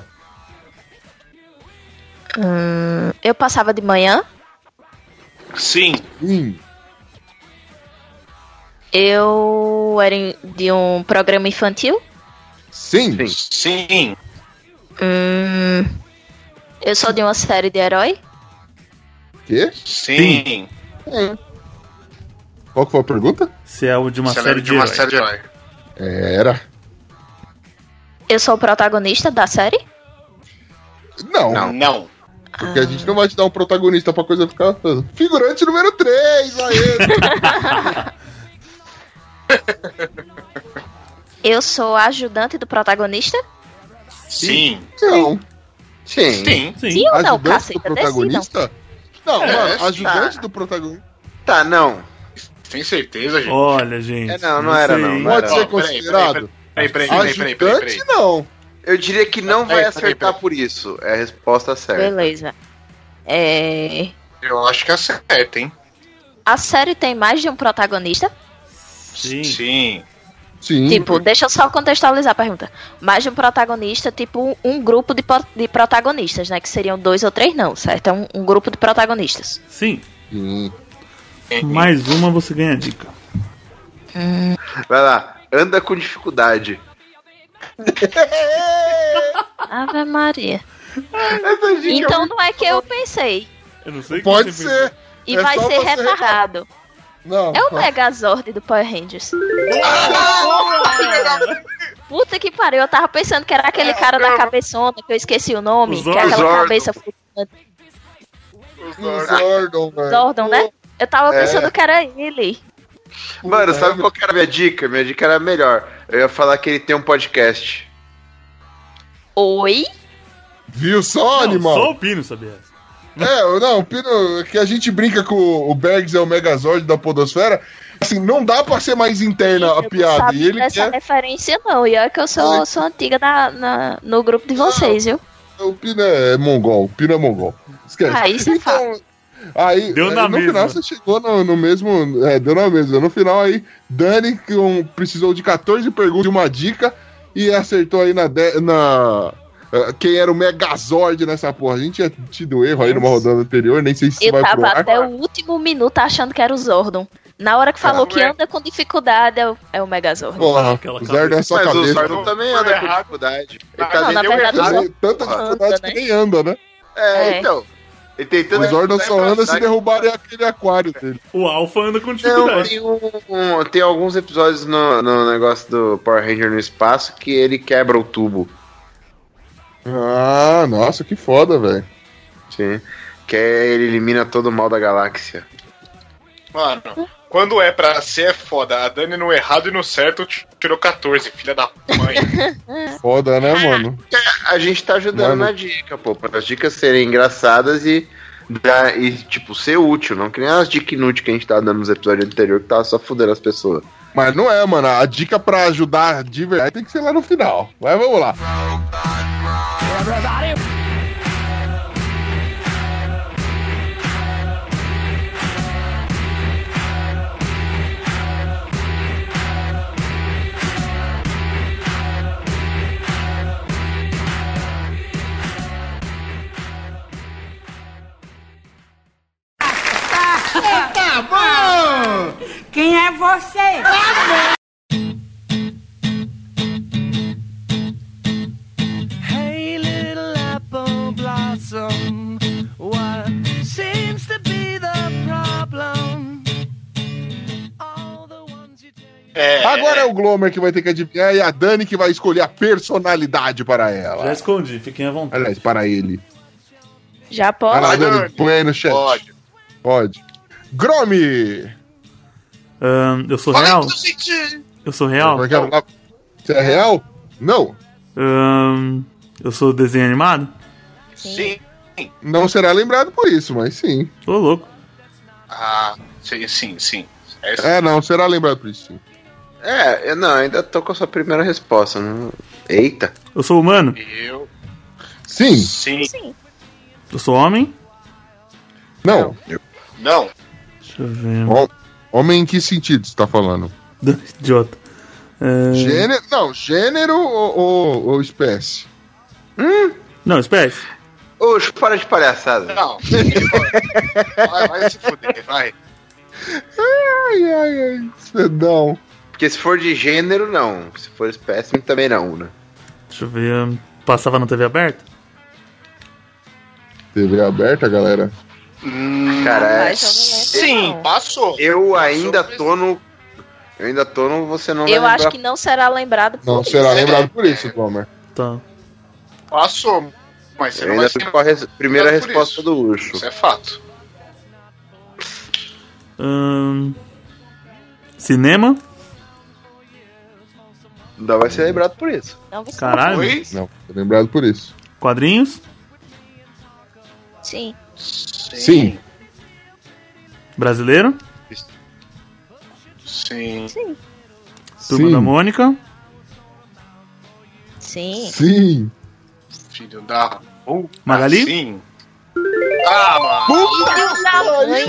B: Hum, eu passava de manhã?
E: Sim.
A: Sim.
B: Eu era em- de um programa infantil?
A: Sim.
F: Sim.
E: Sim.
B: Hum, eu sou de uma série de herói?
A: Quê? É.
E: Sim.
A: Qual que foi a pergunta?
D: Se é o de uma
E: Você
D: série
E: lembra
D: de,
E: de uma
D: heróis.
E: série de herói.
A: Era.
B: Eu sou o protagonista da série?
A: Não,
E: Não. Não.
A: porque a gente não vai te dar um protagonista pra coisa ficar. Figurante número 3, aê!
B: Eu sou a ajudante do protagonista?
E: Sim.
A: não.
F: Sim.
E: Sim.
D: Sim.
B: Sim ou não,
A: Ajudante do
B: caceta? Decidam.
A: protagonista? Não,
E: É,
A: mano,
E: tá.
A: ajudante do protagonista.
F: Tá, não.
E: Tem certeza, gente?
D: Olha, gente.
F: É, não, não era, não,
D: sei,
F: não
D: hein?
A: Pode
F: era.
A: ser
E: Ó, peraí,
A: considerado.
E: Peraí, peraí, peraí, peraí, peraí, peraí.
A: Ajudante, não.
F: Eu diria que não
E: Peraí,
F: vai
E: peraí,
F: acertar
E: peraí.
F: por isso. É a resposta certa.
B: Beleza. É,
E: Eu acho que acerta, hein?
B: A série tem mais de um protagonista?
D: Sim.
E: Sim.
A: Sim.
B: Tipo, deixa eu só contextualizar a pergunta. Mais de um protagonista, tipo um grupo de, po- de protagonistas, né? Que seriam dois ou três, não, certo? É um, um grupo de protagonistas.
D: Sim.
A: Sim.
D: Mais uma você ganha a dica.
F: Vai lá. Anda com dificuldade.
B: Ave Maria.
F: Essa gente é
B: Então não é que eu pensei.
D: Eu não
A: <laughs>
D: sei <laughs>
A: Pode ser.
B: E
A: É
B: vai
A: só
B: ser
A: você-
B: retardado.
A: Não.
B: É o Megazord do Power Rangers. Puta que pariu, eu tava pensando que era
A: É,
B: aquele cara da cabeçona, que eu esqueci o nome,
D: O
B: que é aquela
F: Zordon.
B: cabeça flutuante.
A: o Zordon, velho.
B: Zordon, né? Eu tava
F: É.
B: pensando que era ele.
F: Mano, sabe qual que era a minha dica? Minha dica era melhor. Eu ia falar que ele tem um podcast.
B: Oi?
A: Viu só,
D: Não,
A: animal?
D: só o Pino sabia essa.
A: É, não, o Pino, que a gente brinca com o Bergs é o Megazord da Podosfera. Assim, não dá pra ser mais interna a
B: Eu
A: É piada.
B: sabe
A: E ele
B: dessa
A: quer.
B: referência, não. E olha que eu sou, sou antiga na, na- no grupo de vocês, viu?
A: O Pino é mongol. O Pino é mongol. Esquece. Então,
B: Ah, isso é fato.
A: Aí,
D: Deu na
A: aí, no
D: mesma.
A: final você chegou no, no mesmo. É, deu na mesma. No final aí, Dani que um, precisou de 14 perguntas e uma dica e acertou aí na. de- na eh, quem era o Megazord nessa porra? A gente tinha tido erro aí numa rodada anterior, nem sei se isso
B: Eu
A: vai pro
B: tava
A: ar.
B: até o último minuto achando que era o Zordon. Na hora que falou que anda com dificuldade, é o, é o Megazord.
A: Porra,
D: Aquela
A: o Zordon é só
F: Mas o
A: cabeça.
F: Sargon também anda
E: Foi
F: com
E: errado.
F: dificuldade. Ele
E: Não,
F: tá Ah,
B: não, na
F: vendendo
B: verdade,
F: errado.
A: Ele tem tanta dificuldade
B: anda, né?
A: que nem anda, né?
F: É,
B: É.
F: então. Ele é tentando.
A: O Zordon só anda se derrubarem aquele aquário dele.
D: O Alpha anda com
F: Não,
D: dificuldade.
F: tem, um- um- tem alguns episódios no, no negócio do Power Ranger no espaço que ele quebra o tubo.
A: Ah, nossa, que foda, velho.
F: Sim. Que é- ele elimina todo o mal da galáxia.
E: Mano, quando é pra ser é foda. A Dani no errado e no certo t- tirou 14, filha da mãe.
A: Foda, né, mano?
F: A gente tá ajudando
A: Mano.
F: na dica, pô. Para as dicas serem engraçadas e, dar- e, tipo, ser útil. Não que nem as dicas inúteis que a gente tava dando nos episódios anteriores que tava só fudendo as pessoas.
A: Mas não é, mano. A dica pra ajudar de verdade tem que ser lá no final. Mas vamos lá.
J: Everybody.
C: Quem é você?
J: Hey, little apple blossom, what seems to be the problem? All the ones you tell you.
E: É,
A: Agora é o Glomer que vai ter que adivinhar e a Dani que vai escolher a personalidade para
D: Já
A: ela.
D: escondi, fiquem à vontade.
A: Aliás, para ele.
B: Já
A: Vai lá,
B: posso?
A: Dani, põe aí no chat.
E: Pode.
A: Pode. Grome!
D: Ahn, eu sou
E: Fala aí,
D: real?
E: meu gente.
D: Eu sou real?
A: Como é que é? Você é real? Não.
D: Ahn, eu sou desenho animado?
E: Sim.
A: Não será lembrado por isso, mas sim.
D: Tô louco.
E: Ah, sim, sim, sim. É,
A: É, não, será lembrado por isso, sim.
F: É, eu não, ainda tô com a sua primeira resposta. Não... Eita.
D: Eu sou humano?
E: Eu.
A: Sim.
E: Sim.
B: Sim.
D: Eu sou homem?
A: Não.
E: Não.
D: Deixa eu ver.
A: Hom- Homem em que sentido você tá falando?
D: Idiota. Ahn,
A: Gênero. Não, gênero ou, ou- ou espécie?
D: Não, espécie.
F: Oxe, para de palhaçada.
E: Não. vai, vai se fuder, vai.
A: Ai, ai, ai. Cedão.
F: Porque se for de gênero, não. Se for espécime, também não, né?
D: Deixa eu ver. Passava na TV aberta?
A: TV aberta, galera.
F: Cara,
B: Mas eu não lembro,
E: Sim,
B: não.
E: passou.
F: eu ainda tô no. Eu ainda tô no. Você não
B: Eu
F: vai
B: acho
F: lembrar.
B: que não será lembrado por
A: Não
B: isso.
A: será lembrado por isso, Glomer.
D: Tá.
E: Passou. Mas você
F: Eu
E: não vai
F: ainda
E: ser.
F: tô com a res- primeira
E: lembrado por
F: resposta
E: isso.
F: do Urso.
E: Isso é fato.
D: Ahn, cinema?
F: Ainda vai ser lembrado por isso.
B: Não, você
D: Caralho.
E: Oi?
A: Não, foi lembrado por isso.
D: Quadrinhos?
B: não- Sim.
A: Sim.
D: Brasileiro?
E: Sim.
D: Turma da
A: Sim.
D: Mônica?
B: Sim.
A: Sim.
E: Filho da. puta,
D: Magali?
E: Sim. Ah, mano.
A: Aí,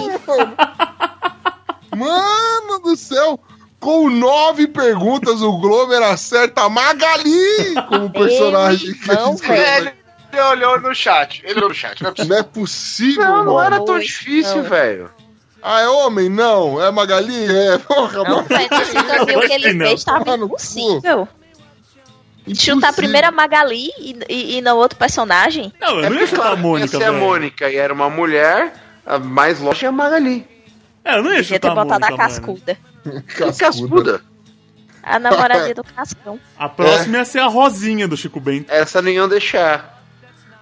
A: mano. Mano do céu! Com nove perguntas, o Glover acerta a Magali como personagem. que <laughs>
B: irmão,
A: ele
B: velho.
A: escolheu.
E: Ele olhou no chat. Ele olhou no chat. Não é possível.
A: Não é possível,
F: Não,
A: mano.
F: não era tão
B: Não.
F: difícil, velho.
A: Ah, é homem? Não. É Magali? É. <laughs> Porra,
B: Não,
A: mano.
B: velho, você nunca viu o que assim, ele
D: Não.
B: fez, tava
A: Mano,
B: impossível. Chutar primeiro a Magali e, e, e no outro personagem.
D: Não, eu não ia
F: É porque,
D: chutar a
F: claro,
D: Mônica,
F: se é a
D: velho.
F: Mônica e era uma mulher, a mais lógica é a Magali.
D: É, eu não ia
B: Devia
D: chutar
B: ter
D: a Mônica,
B: botado a
D: mano.
B: cascuda.
F: E cascuda.
B: A namoradinha do Cascão.
D: A
A: É.
D: próxima ia ser a Rosinha do
A: <laughs>
D: Chico Bento.
F: Essa não iam deixar.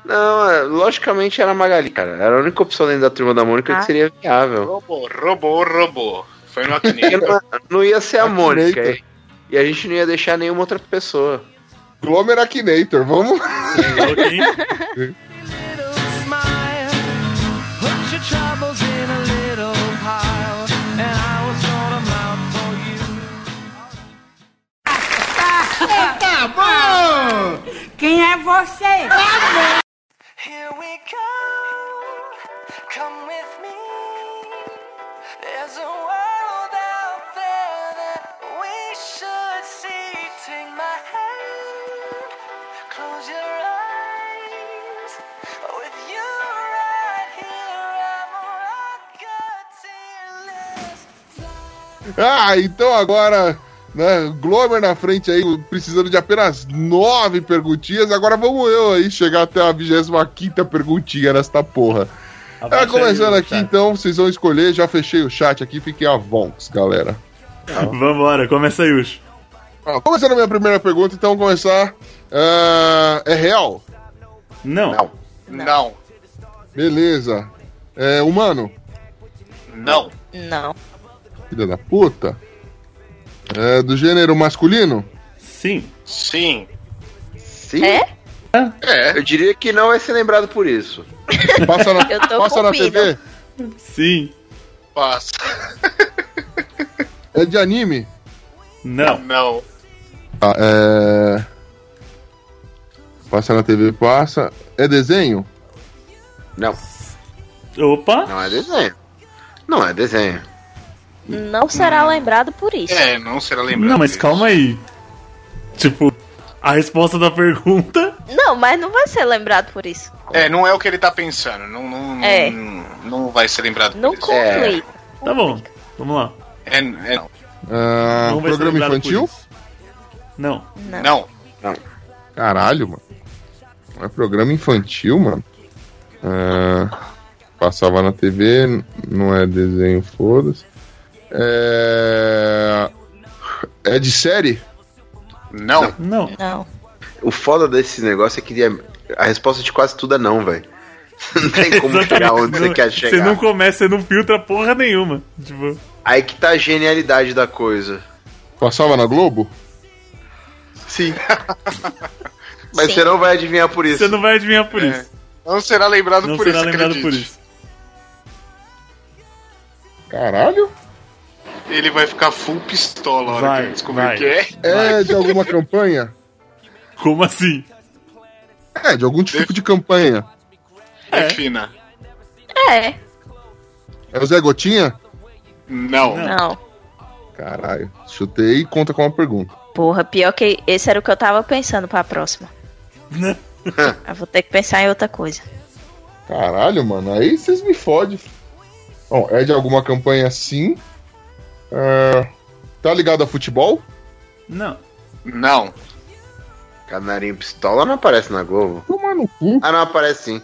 F: Não, é, logicamente era a Magali, cara. Era a única opção dentro da turma da Mônica
B: Ah.
F: que seria viável.
E: Robô, robô, robô. Foi no
F: Porque
E: Acneiro.
F: não, não ia ser a Mônica.
A: Acneita.
F: E e a gente não ia deixar nenhuma outra pessoa.
A: Glomer Akinator, vamos lá.
D: Ok?
J: little smile. Put your troubles in a little pile, and I will sort 'em out for you.
C: Quem é você?
J: Here we go. Come with me. There's a world out there that we should see. Take my hand. Close your eyes. With you right here, I'm a rocketeer.
A: Ah, então agora, né, Glomer na frente aí, precisando de apenas nove perguntinhas. Agora vamos eu aí chegar até a 25 perguntinha nesta porra. Ah, começando aqui então, vocês vão escolher. Já fechei o chat aqui, fiquem à vontade, galera. então.
D: Vambora, começa aí, Ucho.
A: Ah, começando a minha primeira pergunta, então vamos começar. Ah, é real?
D: Não.
E: Não.
A: Beleza. É humano?
E: Não.
B: Não.
A: Filha da puta. É do gênero masculino?
D: Sim.
E: Sim.
F: Sim.
B: É?
E: É.
F: Eu diria que não vai ser lembrado por isso.
A: Passa na,
B: <laughs> Eu tô
A: passa
B: com
A: na
B: pena.
A: TV?
D: Sim.
E: Passa.
A: É de anime?
D: Não.
E: Não.
A: Ah, é... Passa na TV, passa. É desenho?
F: Não,
D: Opa.
F: não é desenho. Não é desenho.
B: Não será lembrado por isso.
E: É, não será lembrado.
D: Não, mas calma aí. Tipo, a resposta da pergunta...
B: Não, mas não vai ser lembrado por isso.
E: É, não é o que ele tá pensando. Não, não,
B: É.
E: não, não vai ser lembrado.
G: É.
B: Não
E: por isso.
B: conflita.
D: Tá bom, vamos lá.
E: É, é não.
A: Ah,
D: Não vai ser
A: programa
D: lembrado por
A: infantil?
D: isso. Não.
E: Não.
A: Caralho, mano. Não é programa infantil, mano. Ah, passava na TV, n- não é desenho, foda-se. É... é de série?
E: Não.
D: Não.
B: Não.
F: O foda desse negócio é que é- a resposta de quase tudo é não, velho. <laughs> Não tem como chegar onde você
D: Não-
F: quer
D: Você
F: chegar.
D: não começa, você não filtra porra nenhuma. Tipo,
F: Aí que tá a genialidade da coisa.
A: Passava na Globo?
F: Sim. <laughs> Mas
B: Sim.
F: você não vai adivinhar por isso.
D: você não vai adivinhar por isso.
E: Não será lembrado
D: Não
E: por
D: será
E: isso,
D: lembrado
E: acredite.
D: por isso.
A: Caralho.
E: Ele vai ficar full pistola a hora
D: Vai,
E: que ele descobrir
D: vai.
E: o que é.
A: É de alguma campanha?
D: Como assim?
A: É, de algum tipo de campanha.
E: É fina.
B: É,
A: É o Zé Gotinha?
E: Não.
B: não.
A: Caralho. Chutei e conta com uma pergunta.
B: Porra, pior que esse era o que eu tava pensando pra próxima.
D: Né?
B: eu vou ter que pensar em outra coisa.
A: Caralho, mano, aí vocês me fodem. Bom, é de alguma campanha sim. É, Tá ligado a futebol?
D: Não. <laughs>
E: Não.
F: Canarinho Pistola não aparece na Globo.
A: Tomar no cu.
F: Ah, não, aparece sim.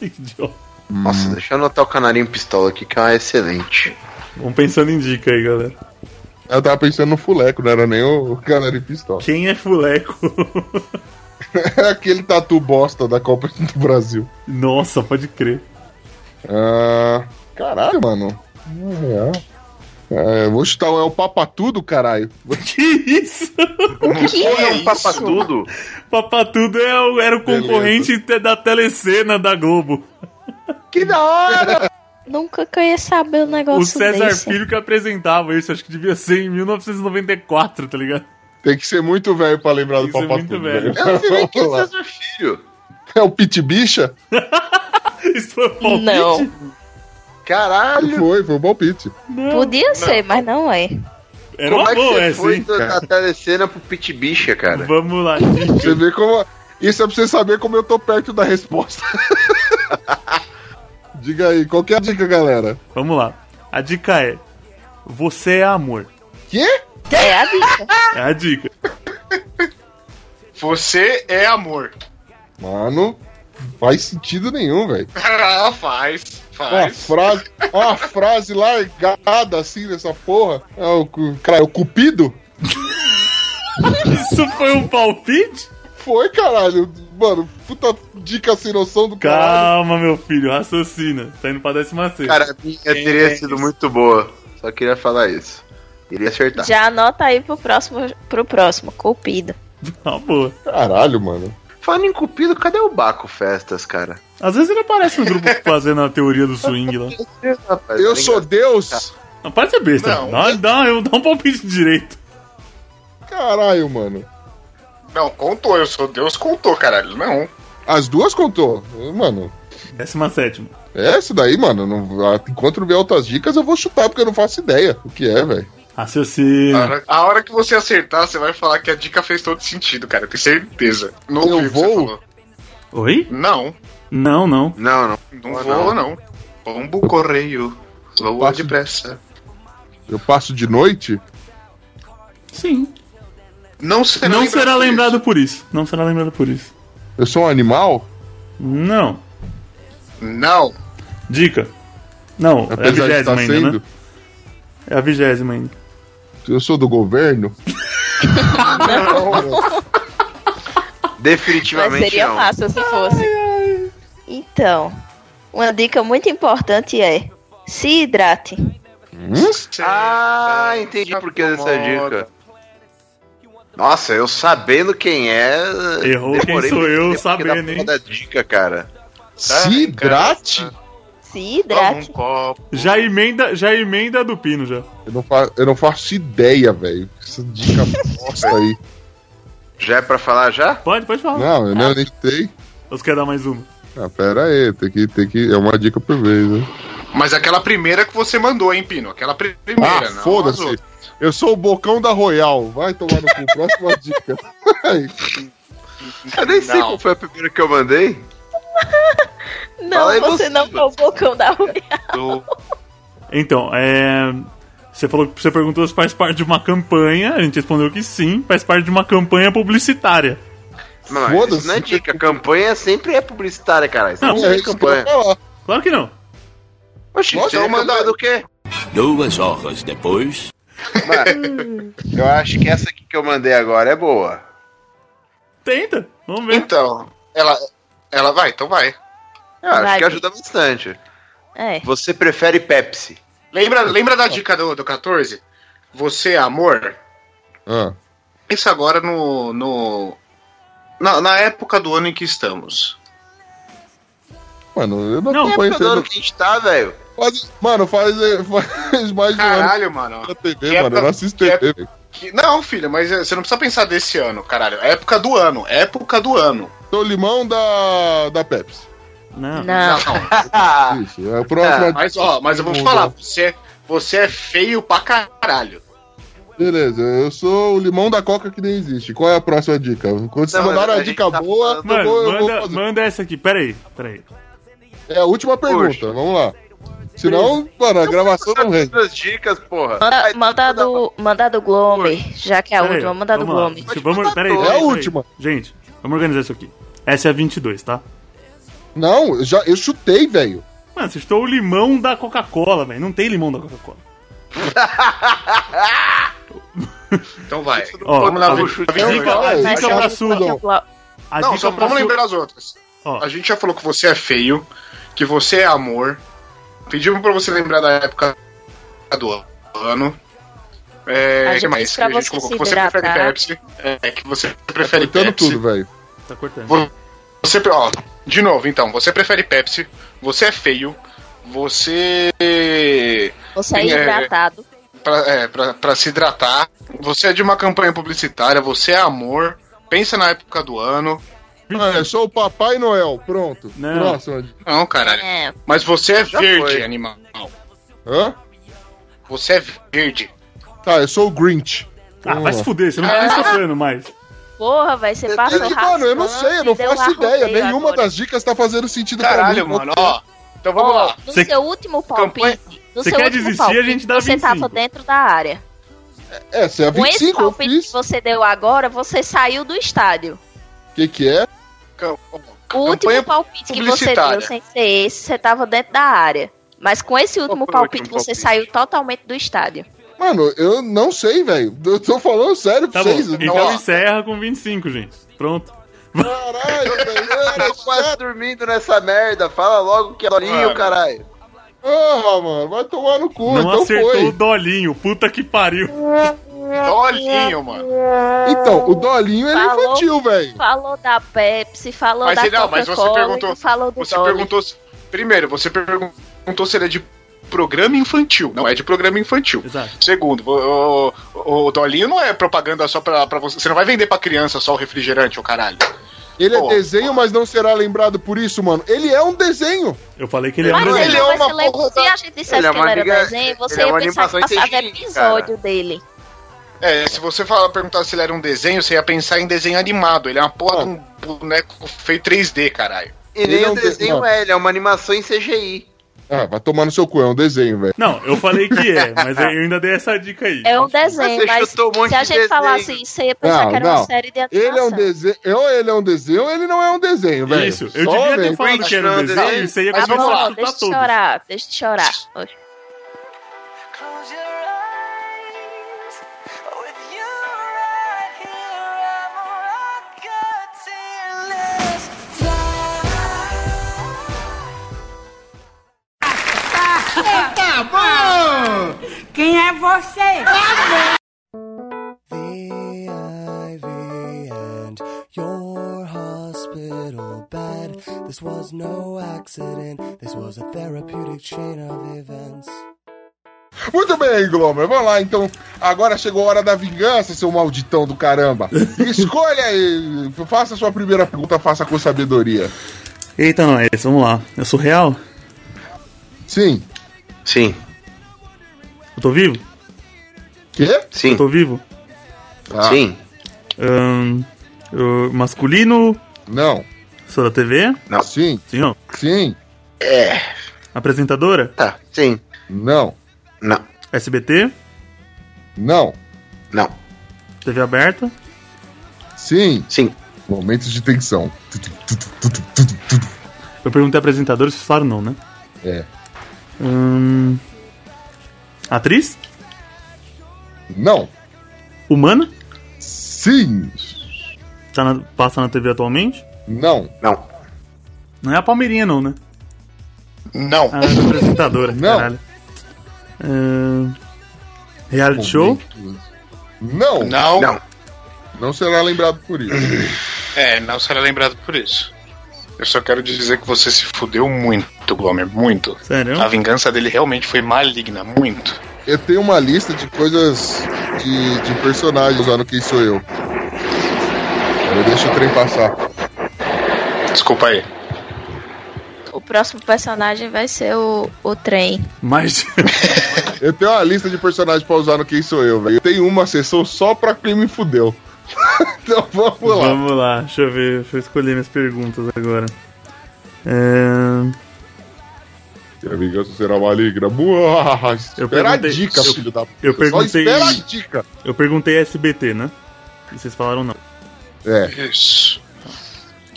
D: Idiota.
F: Nossa, deixa eu anotar o Canarinho Pistola aqui, que é uma excelente.
D: Vamos pensando em dica aí, galera.
A: Eu tava pensando no fuleco, não era nem o Canary Pistola. <laughs>
D: Quem é fuleco? <laughs>
A: É aquele tatu bosta da Copa do Brasil.
D: Nossa, pode crer.
A: Ah, Caralho, mano. Não é real. É, eu vou chutar o El Papatudo, caralho.
D: Que isso?
B: Que
F: é um papatudo.
D: Papatudo é o- era o concorrente te- da telecena da Globo.
A: Que da
F: <laughs>
A: hora!
B: Nunca que eu ia saber o negócio
D: O César
B: desse.
D: Filho que apresentava isso, acho que devia ser em 1994, tá ligado? <laughs>
A: Tem que ser muito velho pra lembrar
D: Tem
A: do
D: que ser
A: Papatudo.
D: muito velho.
A: velho.
D: <laughs>
F: Eu não sei nem quem
A: <laughs>
F: é
A: Vamos lá.
F: César Filho.
A: É o Pit Bicha?
D: Isso foi um palpite?
B: Não.
F: Caralho.
A: Foi, foi o palpite.
B: Podia ser, mas não é.
D: Era
F: Como
D: uma
F: é que
D: boa
F: você
D: essa,
F: foi
D: hein?
F: da, da telecena pro Pit Bicha, cara?
D: Vamos lá.
A: Você vê como. Isso é pra você saber como eu tô perto da resposta. <laughs> Diga aí, qual que é a dica, galera?
D: Vamos lá. A dica é: Você é amor.
A: Quê?
B: É a dica.
D: É a dica.
E: Você é amor. <laughs>
A: Mano, faz sentido nenhum, velho.
E: Ah, faz.
A: Uma
E: Faz.
A: frase, uma frase largada assim dessa porra. É o, cu- cara, o Cupido?
D: Isso foi um palpite?
A: Foi, caralho. Mano, puta dica sem noção do caralho.
D: Calma, meu filho, raciocina. Tá indo pra décima sexta.
F: Cara, a minha
D: é
F: teria sido muito boa. Só queria falar isso. Iria acertar.
B: Já anota aí pro próximo, pro próximo. Cupido.
D: Tá Uma boa.
A: Caralho, mano.
F: Falando em Cupido, cadê o Baco Festas, cara?
D: Às vezes ele aparece no
F: <laughs>
D: grupo fazendo a teoria do swing lá.
F: Rapaz,
A: Eu
F: tá
A: sou Deus?
D: Não, para de ser besta.
E: Não.
D: Dá, dá, eu- dá um palpite direito.
A: Caralho, mano.
E: Não, contou. Eu sou Deus, contou, caralho. Não.
A: As duas contou. Mano,
D: Décima sétima.
A: É, isso daí, mano. Não, a- enquanto não vier outras dicas, eu vou chutar, porque eu não faço ideia o que é, velho. Ah,
E: A
A: né?
D: Raciocina.
E: hora, a hora que você acertar, você vai falar que a dica fez todo sentido, cara. Eu tenho certeza. Não
A: Eu
E: ouvi o que você
A: vou?
E: falou.
D: Oi?
E: Não,
D: Não, não.
F: Não, não.
E: não
F: Ou
E: vou, não. Pombo correio. Voa
A: Passo-
E: depressa.
A: Eu passo de noite?
D: Sim.
E: Não será
D: Não
E: lembrado
D: será
E: por
D: lembrado por isso. Não será lembrado por isso.
A: Eu sou um animal?
D: Não.
E: isso. Não.
D: Dica. Não, é a
A: Apesar de estar
D: vigésima ainda,
A: sendo.
D: né? É a vigésima ainda.
A: Eu sou do
D: <laughs>
A: governo? <laughs> não, mano.
B: Mas
F: Definitivamente
B: seria
F: não.
B: fácil se fosse. Então, uma dica muito importante é se hidrate.
F: Ah, entendi por que dessa dica. Nossa, eu sabendo quem é.
D: Errou quem
F: demorei
D: sou
F: muito
D: eu
F: tempo que dá
D: sabendo,
F: pra
D: hein?
F: dar dica, cara.
A: Se hidrate?
B: Se
E: Toma um
B: hidrate.
E: copo.
D: Já emenda, já emenda a do pino já.
A: Eu não, fa eu não faço ideia, velho. Essa dica bosta aí.
F: Já é pra falar já?
D: Pode, pode falar.
A: Não, eu não nem sei.
D: Ou Você quer dar mais uma?
A: Ah, pera aí, tem que, tem que. É uma dica por vez, né?
E: Mas aquela primeira que você mandou, hein, Pino? Aquela primeira,
A: Ah,
E: não. as
A: foda-se.
E: outras.
A: Eu sou o bocão da Royal. Vai tomar no cu. Próxima dica. Ai,
F: Eu nem sei
E: Não.
F: qual foi a primeira que eu mandei.
B: Não,
F: Fala aí
B: você
F: você,
B: não
F: mano.
B: foi o bocão da unha.
E: Do-
D: Então, é. Você falou que você perguntou se faz parte de uma campanha, a gente respondeu que sim, faz parte de uma campanha publicitária.
F: Mano,
A: Foda-se.
F: isso não é dica. Campanha sempre é publicitária, cara. Isso
D: Não,
F: não,
A: é
F: é
A: isso que eu
F: campanha.
A: ia falar.
D: Claro que não.
F: Oxi,
A: Nossa,
F: seria
A: eu vou mandar-
F: campanha do quê?
I: Duas horas depois.
F: Mano, eu acho que essa aqui que eu mandei agora é boa.
D: Tenta, vamos ver.
G: Então, ela, ela vai, então vai.
F: Eu acho
B: Vai,
F: que ajuda bastante.
B: É.
F: Você prefere Pepsi?
G: Lembra, lembra da dica do, do 14? Você é amor?
A: Ah.
G: Pensa agora no. no na, na época do ano em que estamos.
A: Mano, eu não,
D: Não,
A: acompanho
F: Pelo ano
A: entendendo.
F: que a gente tá, velho.
A: Faz, mano, faz, eh, faz <laughs> mais de um ano
G: Caralho, mano.
A: na TV,
G: Que época-
A: mano. Eu não assisto
G: que
A: TV. velho.
G: Que- Não, filho, mas eh, você não precisa pensar desse ano, caralho. É Época do ano, época do ano.
A: Sou limão da, da Pepsi.
D: Não.
B: Não.
F: Ah,
A: Isso, é a próxima.
G: Mas, ó, mas eu vou te falar, você, você é feio pra caralho.
A: Beleza, eu sou o limão da coca que nem existe. Qual é a próxima dica? Quando vocês
F: Não,
A: mandaram
F: mas
A: a
F: a gente
A: dica
F: tá
A: boa, eu
D: Mano,
A: vou, eu vou
D: manda,
A: fazer.
D: manda essa aqui, peraí, peraí.
A: É a última pergunta,
F: Poxa.
A: vamos lá. Senão, mano, a gravação não rende.
F: as dicas, porra.
B: Manda,
F: Aí,
B: manda
F: manda-
B: do, manda do Glomer, já que é a
D: Peraí,
B: última, manda do
D: vamos lá.
B: Glomer.
D: Gente, Vamos, peraí,
A: É a
D: peraí, peraí.
A: última.
D: Gente, vamos organizar isso aqui. Essa é a 22, tá?
A: Não, eu já, eu chutei, velho.
D: Mano, vocês estão o limão da Coca-Cola, velho. Não tem limão da Coca-Cola.
G: Então vai.
D: Ó,
G: Vamos na
D: a
G: luxo.
D: dica- a
A: Vai,
D: dica
A: vai,
D: pra
A: vai,
D: sua. A
G: Não,
D: é dica
G: só
D: pra sua-
G: vamos lembrar as outras.
D: Ó.
G: A gente já falou que você é feio, que você é amor. Pedimos pra você lembrar da época do ano.
B: A
G: É,
B: gente
G: que mais?
B: disse pra
G: Que a gente
B: você
G: colocou
B: se
G: que você
B: hidratar.
G: prefere Pepsi. É, que você prefere
A: Chutando
G: Pepsi.
A: tudo, velho.
D: Tá cortando.
G: Você, pre- ó, de novo, então, você prefere Pepsi, você é feio, você.
B: Você é
G: Quem é-
B: hidratado.
G: Pra, é, pra, pra se hidratar, você é de uma campanha publicitária, você é amor, pensa na época do ano.
A: Mano, Ah, eu sou o Papai Noel, pronto.
D: Não.
A: Próxima dica.
G: Não, caralho.
B: É.
G: Mas você é
F: Já
G: verde,
F: foi.
G: animal.
A: Hã?
G: Você é verde.
A: Tá, eu sou o Grinch.
D: Ah,
A: Vamos
D: vai
A: lá.
D: se fuder, você não
A: Ah.
D: tá nem sofrendo mais.
B: Porra, vai ser
A: Eu
B: passa
A: digo,
B: raspando
A: mano, eu não sei, eu não
B: e deu
A: faço
B: arrodeio
A: ideia. Nenhuma
B: agora.
A: das dicas tá fazendo sentido pra
G: Caralho,
A: mim.
G: mano, ó. Então vamos
B: Ó,
G: lá.
B: No
D: Você-
B: seu último
G: Campanha-
B: palpite. No
D: Você
B: seu
D: quer
B: último
D: desistir,
B: palpite,
D: a gente dá
B: Você
D: 25.
B: tava dentro da área.
A: Essa é a
B: Com esse
A: 25, eu
B: palpite que
A: fiz.
B: você deu agora, você saiu do estádio.
A: O que que é?
G: Cam-
B: O último
G: Campanha
B: palpite que você
G: publicitária.
B: deu sem ser esse, você tava dentro da área. Mas com esse último
F: foi o último
B: palpite, você
F: palpite?
B: saiu totalmente do estádio.
A: Mano, eu não sei, velho. Eu tô falando sério
D: Tá
A: pra
D: bom.
A: vocês.
D: Então
A: Nossa,
D: encerra com 25, gente. Pronto.
A: Caralho, velho. é era
D: <laughs>
F: Eu tô quase
A: chato.
F: dormindo nessa merda. Fala logo que é Dorinho,
G: Mano.
F: caralho.
A: Porra, mano. Vai tomar no cu.
D: não
A: então
D: acertou
A: foi.
D: o dolinho, puta que pariu.
G: Dolinho, mano.
A: Então, o Dolinho ele é
B: Falou.
A: infantil, velho.
B: Falou da Pepsi, falou
G: Mas
B: da
G: ele- não, mas você
B: Coca-Cola,
G: perguntou-
B: e falou do
G: Você
B: Dolly.
G: perguntou. se- Primeiro, você perguntou se ele é de programa infantil. Não é de programa infantil.
D: Exato.
G: Segundo, o, o- o Dolinho não é propaganda só pra, pra você. Você não vai vender pra criança só o refrigerante, ô caralho.
A: Ele é
G: Pô.
A: desenho, mas não será lembrado por isso, mano. Ele é um desenho.
D: Eu falei que ele é
B: Mas
D: um
G: ele
B: ele
D: desenho.
G: é
B: não vai
G: uma
B: se lembrar.
G: porra
B: Se
G: da-
B: a gente dissesse
F: Ele é
B: que
F: uma
B: ele era
F: liga-
B: desenho, você
F: ele é
B: ia
F: uma
B: pensar que
F: animação
B: passava
F: inteligente,
B: episódio dele.
G: É, se você falar, perguntar se ele era um desenho, você ia pensar em desenho animado. Ele é uma porra de um boneco feito 3D, caralho.
F: E
A: Ele
F: nem
A: é
F: o
A: um
F: desenho
A: desenho.
F: é, ele é uma animação em CGI.
A: Ah, vai tomar no seu cu, é um desenho, velho.
D: Não, eu falei que é, mas eu ainda dei essa dica aí.
B: É um
F: Você
B: desenho, mas
F: chutou um monte
B: se a
F: de
B: gente
F: desenho.
B: falasse isso, você ia pensar
A: Não,
B: que era
A: não.
B: uma série de animação.
A: Ele é um desenho. Ou ele é um desenho, ou ele não é um desenho, velho.
D: Isso, eu
A: Só,
D: devia ter
A: velho.
D: falado que era um
F: Grinch não é
D: desenho,
F: desenho.
D: você ia
B: Tá
D: começar
B: bom,
D: a chutar
B: deixa de
D: todos.
B: chorar, deixa de chorar. Oxe.
J: Close your eyes. With you right here, I'm a rocket tearless.
C: Quem é você?
J: The ivy and your hospital bed. This was no accident. This was a therapeutic chain of events.
A: Muito bem, Glomer. Vamos lá, então. Agora chegou a hora da vingança, seu malditão do caramba. Escolha aí. Faça a sua primeira pergunta, faça com sabedoria.
D: Eita, nós, vamos lá. É Eu sou real?
A: Sim.
F: Sim,
D: Eu tô vivo?
A: Quê?
F: sim,
D: Eu tô vivo?
A: Ah,
F: sim.
D: Ahn, eu- masculino?
A: Não.
D: Sou da TV?
F: Não.
A: Sim.
D: Sim, ó.
A: Sim.
F: É,
D: Apresentadora?
F: tá, sim.
A: Não.
F: Não,
D: SBT?
A: Não.
F: Não.
D: TV aberta?
A: Sim.
F: Sim.
A: Momentos de tensão.
D: Eu perguntei a apresentadores, vocês falaram não, né?
A: É.
D: Hum... Atriz?
A: Não.
D: Humana?
A: Sim.
D: Tá na- Passa na TV atualmente?
A: Não.
F: Não.
D: Não é a Palmeirinha, não, né?
G: Não.
D: Ah, é a apresentadora,
A: Não.
D: caralho. Hum, Reality show?
A: Não. Não.
G: Não.
F: Não.
A: será lembrado por isso.
G: É, não será lembrado por isso. Eu só quero dizer que você se fudeu muito, Glomer, muito.
D: Sério?
A: Tá
G: A vingança dele realmente foi maligna, muito.
A: Eu tenho uma lista de coisas de, de personagens usando quem sou eu. Eu deixo o trem passar.
G: Desculpa aí.
B: O próximo personagem vai ser o, o trem.
D: Mas.
A: Eu tenho uma lista de personagens pra usar no Quem Sou Eu, velho. Eu tenho uma sessão só pra quem me fudeu. <laughs> então vamos lá.
D: <laughs> Vamos lá, deixa eu ver, deixa eu escolher minhas perguntas agora. É,
A: A vingança será maligna. Buah, espera a
D: perguntei-
A: dica,
D: eu-
A: filho da puta.
D: eu perguntei-
A: Só espera a dica.
D: Eu perguntei SBT, né? E vocês falaram não.
A: É,
G: Isso.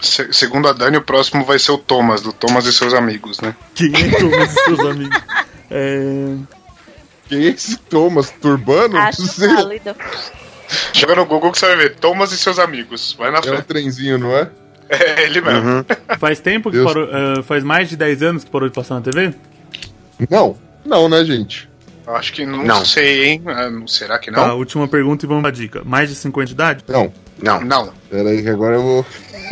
G: Se- segundo a Dani, o próximo vai ser o Thomas, do Thomas e seus amigos, né?
D: Quem é Thomas e seus amigos? É...
A: que esse Thomas Turbano?
B: Acho
A: Não sei.
B: válido.
G: Joga no Google que você vai ver. Thomas e seus amigos. Vai
A: É
G: na
A: um
G: frente.
A: trenzinho, não é?
G: <laughs> É ele mesmo.
D: Faz tempo que
A: Deus.
D: parou. ah, faz mais de 10 anos que parou de passar na TV?
A: Não. Não, né, gente?
G: Eu Acho que não,
F: Não.
G: sei, hein? Ah, não- Será que
D: Tá,
G: não?
D: última pergunta e vamos pra dica. Mais de 50 de idade?
A: Não.
F: Não.
G: Não.
A: Pera aí que agora eu vou... <laughs>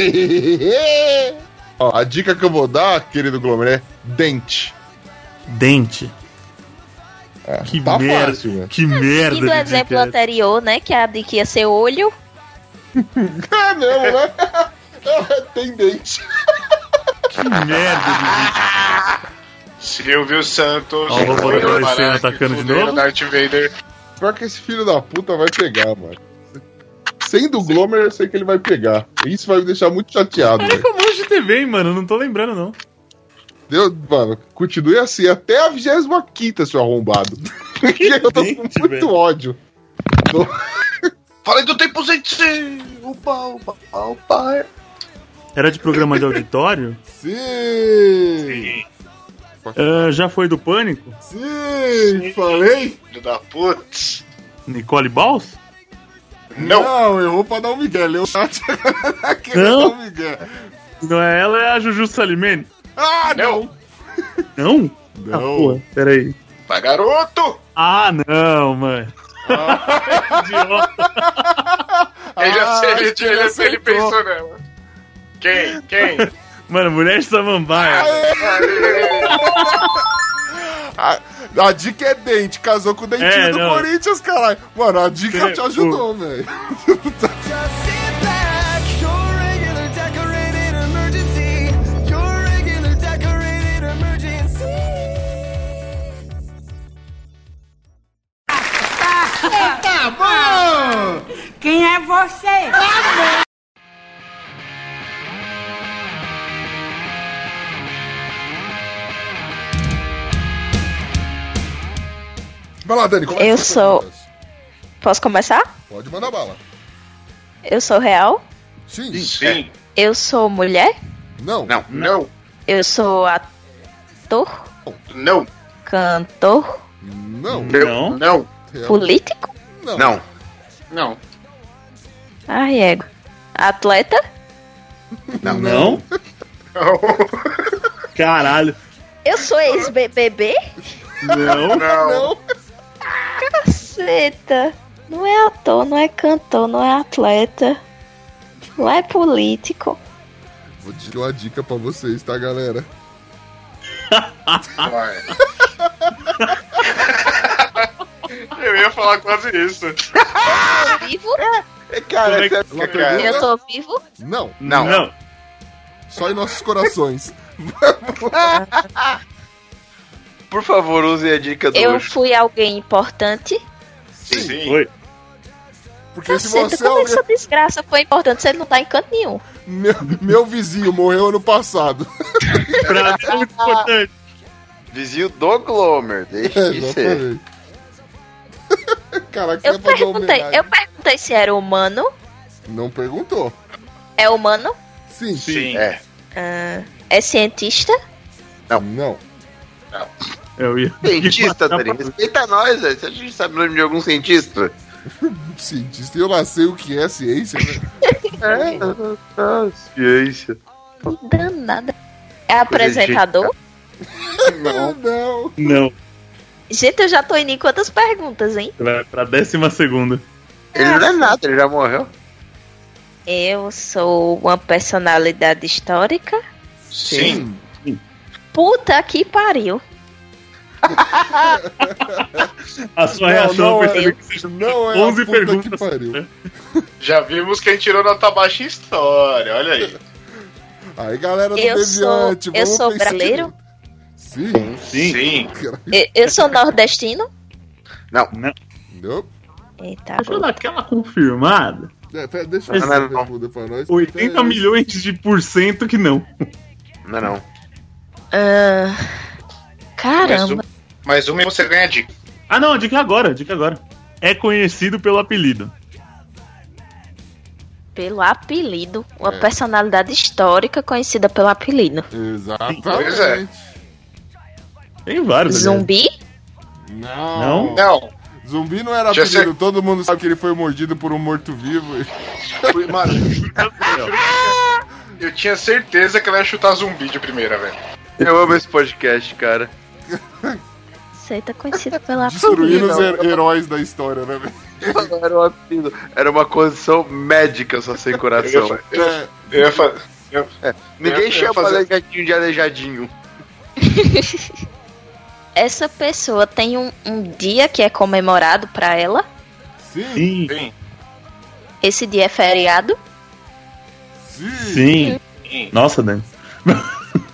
A: Ó, a dica que eu vou dar, querido Glomer, é dente. <laughs>
D: Dente. que
A: tá
D: merda.
A: fácil, né?
D: que merda.
B: E do
D: de
B: exemplo
D: dica é essa?
B: anterior, né? Que a de que ia ser olho.
A: Ah, não, né? <laughs> Tem dente.
D: Que merda de dica.
G: Silvio Santos.
D: Ó, o robô
G: Fernando
D: aparecendo,
G: Barack,
D: atacando de
G: Fudeu,
D: novo.
G: Darth Vader.
A: Pior que esse filho da puta vai pegar, mano. Sendo o Glomer, eu sei que ele vai pegar. Isso vai me deixar muito chateado.
D: Olha
A: velho.
D: como hoje TV, hein, mano. Não tô lembrando, não.
A: Deus, mano, continue assim até a 25, seu
D: <laughs>
A: arrombado. Porque eu tô com
D: Gente,
A: muito
D: velho.
A: ódio.
G: Falei do tempo sem ser. Opa, opa, opa.
D: Era de programa de auditório?
A: Sim!
D: Ah, já foi do Pânico?
A: Sim! Falei?
G: Filho da putz.
D: Nicole Balls?
G: Não.
A: eu vou pra dar um Miguel. Eu chat
D: Não.
A: Miguel.
D: Não é ela, é a Juju Salimene. É
A: Ah,
G: Não.
D: um- Não? Ah,
A: Não.
D: porra, peraí.
G: Vai, garoto.
D: Ah, não, mano. Idiota.
G: Ele, já
A: acho
G: sei, Ah, ele,
A: que ele
G: ele, ele
A: acertou.
G: pensou nela. Quem? Quem?
D: Mano, mulher de samambaia.
A: A, a dica é dente, casou com o dentinho
D: É,
A: do
D: não.
A: Corinthians, caralho. Mano, a dica
D: É,
A: te ajudou, velho.
C: Quem é você?
A: Vai lá, Dani, começa
B: Eu
A: com as
B: sou-
A: perguntas.
B: Posso começar?
A: Pode mandar bala.
B: Eu sou real.
A: Sim,
G: Sim.
B: Eu sou mulher.
A: não,
F: Não.
G: Não.
B: Eu sou ator,
G: Não.
B: cantor,
A: não,
D: Não.
G: Não.
B: político.
A: não,
F: Não.
G: Não.
B: Ai, ego. Atleta.
D: Não? Caralho.
B: Eu sou ex-BBB.
D: Não.
G: Não.
B: Caceta. Não é ator, não é cantor, não é atleta. Não é político.
A: Vou te dar uma dica pra vocês, tá, galera?
G: Vai. Eu ia falar quase isso.
B: Tô vivo?
F: é,
A: Cara,
D: essa
A: uma
G: cara.
A: pergunta...
B: Eu tô vivo?
A: Não,
F: Não.
D: é Não.
A: só em nossos corações.
F: Por favor, use a dica do.
B: Eu fui alguém importante.
G: Sim.
D: Foi.
A: Porque se
B: Caceta,
A: você é
B: como é que
A: alguém...
B: essa desgraça foi importante? Você não tá em canto nenhum.
A: Meu, meu vizinho morreu ano passado. <laughs>
D: Pra mim é muito importante.
F: é. Vizinho do Glomer. Deixa de ser.
A: Exatamente. É, <laughs> Caraca,
B: Eu
A: vai fazer uma
B: perguntei,
A: homenagem.
B: eu perguntei se era humano.
A: Não perguntou.
B: É humano?
A: Sim.
E: Sim.
F: É.
B: Ah, é cientista?
A: Não.
D: Eu ia.
F: Cientista,
A: tá
F: Dani. Respeita nós, velho. Você acha que a gente sabe o nome de algum cientista?
A: Cientista, eu lá sei o que é ciência, né?
F: É, ah, ciência.
B: Que danada. É apresentador?
A: Não. não.
D: Não,
B: Gente, eu já tô indo em quantas perguntas, hein?
D: vai pra décima segunda.
F: Ele não é nada, ele já morreu.
B: Eu sou uma personalidade histórica?
E: Sim.
B: Puta que pariu.
D: A sua
A: Não,
D: reação
A: não
D: eu
A: é,
D: percebi que você
A: não é a
D: 11
A: puta que
D: perguntas. É.
A: pariu.
G: Já vimos quem tirou nota baixa em história, olha aí.
A: Aí, galera do
B: Eu sou,
A: Deviante,
B: eu
A: vamos
B: sou
A: pensar-
B: brasileiro?
A: Sim.
D: Sim.
B: Eu, eu sou nordestino?
A: Não.
B: Eita,
D: Deixa eu dar aquela confirmada.
A: É, pera, deixa
F: Não,
A: você
F: não, não.
A: responder pra nós.
D: 80
A: É,
D: milhões de por cento que não.
F: Não é não.
B: Ah, caramba.
G: Mais uma e você ganha dica.
D: Ah não, dica agora, dica agora. É conhecido pelo apelido.
B: Pelo apelido. Uma personalidade histórica conhecida pelo apelido.
G: Pois é.
A: Exatamente.
D: Tem vários. né? aliás.
B: Zumbi?
A: Não.
G: Não,
A: Zumbi não era
G: Tinha
A: apelido. Todo mundo sabe que ele foi mordido por um morto-vivo.
G: fui- mano, eu tinha certeza que ela ia chutar zumbi de primeira, velho.
F: Eu amo esse podcast, cara.
B: Você tá conhecido
A: <laughs>
B: pelo
A: Destruindo
B: apelido.
A: os her- heróis da história, né, velho?
F: Era, um apelido. Era uma condição médica só sem coração.
A: É,
G: Eu ia fa- eu- Eu
F: Ninguém
G: ia
F: chama
G: fazer-
F: aleijadinho de aleijadinho.
B: Essa pessoa tem um, um dia que é comemorado pra ela.
A: Sim,
D: Sim,
B: Esse dia é feriado.
A: sim,
D: sim. Nossa, Dani.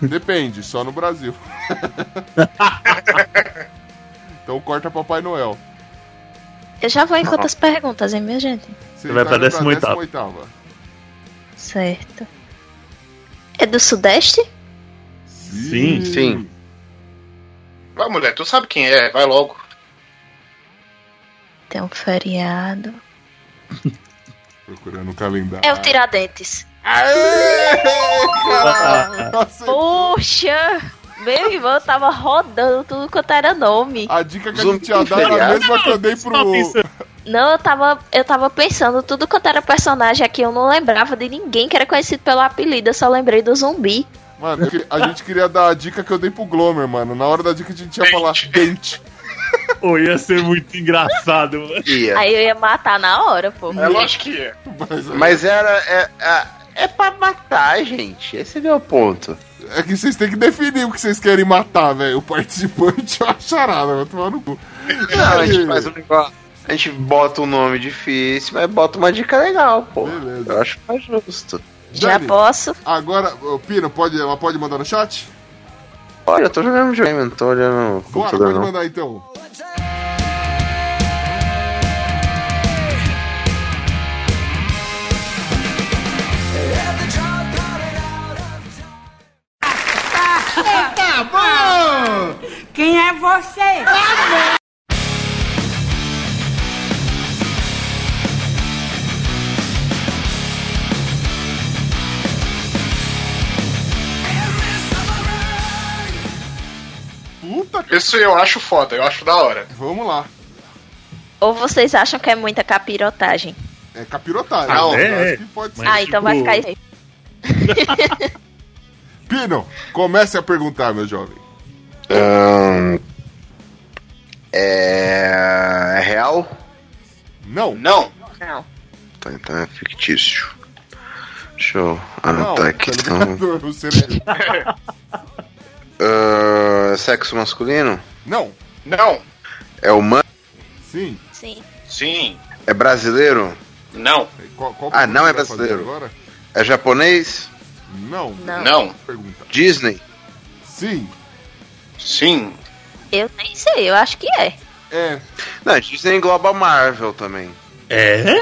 A: Depende, só no
D: <laughs>
A: Brasil. então corta Papai Noel.
B: Eu já vou em quantas perguntas, hein, minha gente?
A: Você tá
D: vai pra
A: indo
D: 18ª.
A: 18ª.
B: Certo. É do Sudeste?
D: Sim.
F: Sim.
G: Vai, mulher, tu sabe quem é, vai logo.
B: Tem um feriado.
A: Procurando o calendário.
B: É o Tiradentes.
A: Aê,
D: <laughs>
A: cara! Nossa,
B: Poxa! Meu irmão tava rodando tudo quanto era nome.
A: a dica que a
F: Zumbi
A: gente tinha dado era a
F: feriado.
A: mesma que eu dei pro.
D: Tava Tá pensando.
B: Não, eu tava, eu tava pensando tudo quanto era personagem aqui. Eu não lembrava de ninguém que era conhecido pelo apelido. Eu só lembrei do zumbi.
A: Mano, eu queria- a gente queria dar a dica que eu dei pro Glomer, mano. Na hora da dica a gente ia falar dente. <laughs>
D: Pô, ia ser muito engraçado, mano.
F: Ia.
B: Aí eu ia matar na hora, pô.
G: É lógico que é.
A: Mas é-
F: Mas era. É, é, é pra matar, gente. Esse é o ponto.
A: é que vocês têm que definir o que vocês querem matar, velho. O participante é uma charada, vai tomar no cu.
F: Não, a gente faz um negócio. A gente bota um nome difícil, mas bota uma dica legal, pô.
A: Beleza.
F: Eu acho mais justo.
B: Já
A: Dani.
B: posso.
A: Agora, ô, Pina, pode, ela pode mandar no chat?
F: Olha, eu tô jogando videogame, não tô olhando
A: Bora,
F: o computador,
A: pode
F: não.
A: mandar então.
C: Quem é você?
A: Puta que.
G: Isso eu acho foda, eu acho da hora.
A: Vamos lá.
B: Ou vocês acham que é muita capirotagem?
A: É capirotário.
G: Ah,
A: né?
D: é,
A: Acho
D: é.
A: que pode ser.
B: ah, então vai
D: tipo-
B: ficar aí.
A: Pino, comece a perguntar, meu jovem.
F: Ahn, é... é real?
A: Não.
G: Não,
B: Não.
F: Tá, então é fictício. Deixa eu
A: Não,
F: anotar aqui.
A: tá
F: então.
A: ligado? <laughs> O cerebro.
F: Ahn, é sexo masculino?
A: Não.
G: não,
F: É humano?
A: Sim.
B: Sim.
E: Sim.
F: É brasileiro?
E: Não.
A: Qual- qual
F: Ah, não é
A: pergunta você vai fazer
F: brasileiro.
A: Agora?
F: É japonês?
A: Não.
B: Não.
E: Não.
A: Pergunta.
F: Disney?
A: Sim.
E: Sim.
B: Eu nem sei, eu acho que é.
A: É.
F: Não, Disney engloba Marvel também.
D: É?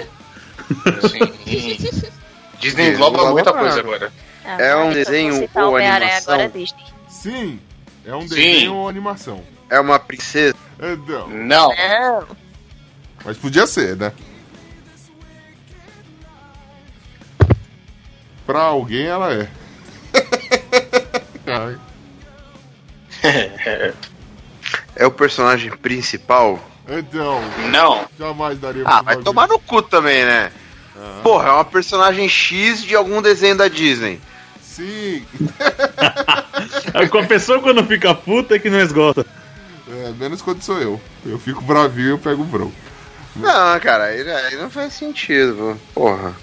E: Sim.
G: Disney
F: Disney
G: engloba
F: engloba
G: muita
F: nada.
G: coisa agora.
B: Ah,
F: É um
B: mas eu
F: desenho
B: vou citar
F: ou
B: o Homem-Aranha
F: animação?
B: agora é Disney.
A: Sim. É um
E: Sim.
A: desenho ou animação.
F: É uma princesa?
A: É, não.
G: Não,
B: Não.
A: Mas podia ser, né? Pra alguém ela é. <laughs> Ai.
F: É o personagem principal?
A: Então,
E: Não.
A: jamais daria
F: Ah,
A: pra
F: vai
A: fazer.
F: tomar no cu também, né? Porra, é uma personagem X de algum desenho da Disney.
A: Sim,
D: É com a pessoa quando fica puta é que nós gosta.
A: é, menos quando sou eu. Eu fico bravinho e eu pego bronco.
F: Não, cara, aí, aí não faz sentido, pô. porra.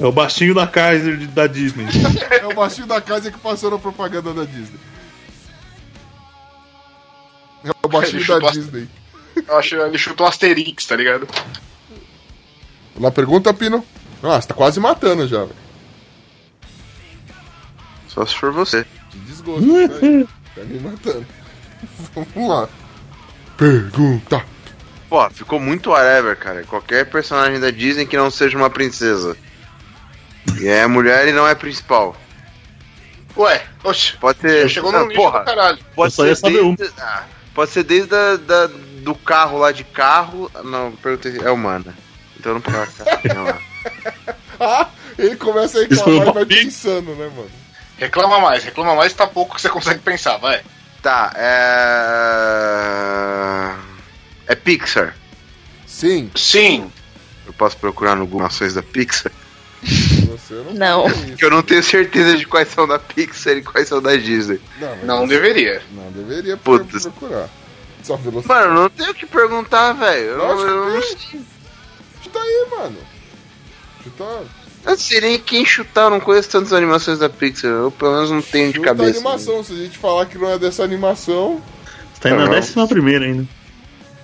D: É o baixinho da Kaiser de- da Disney. Tá
A: É o baixinho da casa que passou na propaganda da Disney. É o baixinho
G: Ele
A: da
G: chutou-
A: Disney.
G: Eu acho ele chutou Asterix, tá ligado?
A: Na pergunta, Pino. Ah, você tá quase matando já, velho.
F: Só se for você.
A: Que desgosto. isso aí. tá me matando. Vamos lá. Pergunta.
F: Pô, ficou muito whatever, cara. Qualquer personagem da Disney que não seja uma princesa. E é mulher e não é principal.
G: Ué, oxe.
F: Pode ser.
G: Já chegou no
F: Ah,
G: lixo
F: porra,
G: do caralho.
F: pode
D: Eu só ia
F: ser
D: saber um.
F: desde, ah, pode ser desde a, da, do carro lá de carro. Não, perguntei. É humana. Então não pode. Cara, <laughs> não, é.
A: Ah, ele começa a
D: Isso foi
A: reclamar
D: um
A: e vai
D: palpite?
A: pensando, né, mano?
G: Reclama mais, reclama mais, tá pouco que você consegue pensar, vai.
F: Tá, é. É Pixar.
A: Sim.
G: Sim.
F: Eu posso procurar no Google ações da Pixar.
A: Você não.
F: <laughs>
B: Não.
A: tem
F: Que
A: isso.
F: eu não tenho certeza de quais são da Pixar e quais são da Disney.
A: Não, mas
G: Não deveria.
A: não deveria pro-
F: Putz.
A: procurar. Só velocidade.
F: Mano, eu não tenho o que perguntar, velho. Eu, não- eu
A: né?
F: não sei.
A: Chuta tá aí, mano. tá, Chuta,
F: Eu não sei nem quem chutar, eu não conheço tantas animações da Pixar. Eu pelo menos não tenho de
A: chuta a
F: cabeça. né?
A: animação. Se a gente falar que não é dessa animação.
D: Tá indo na
F: Não.
D: décima primeira ainda.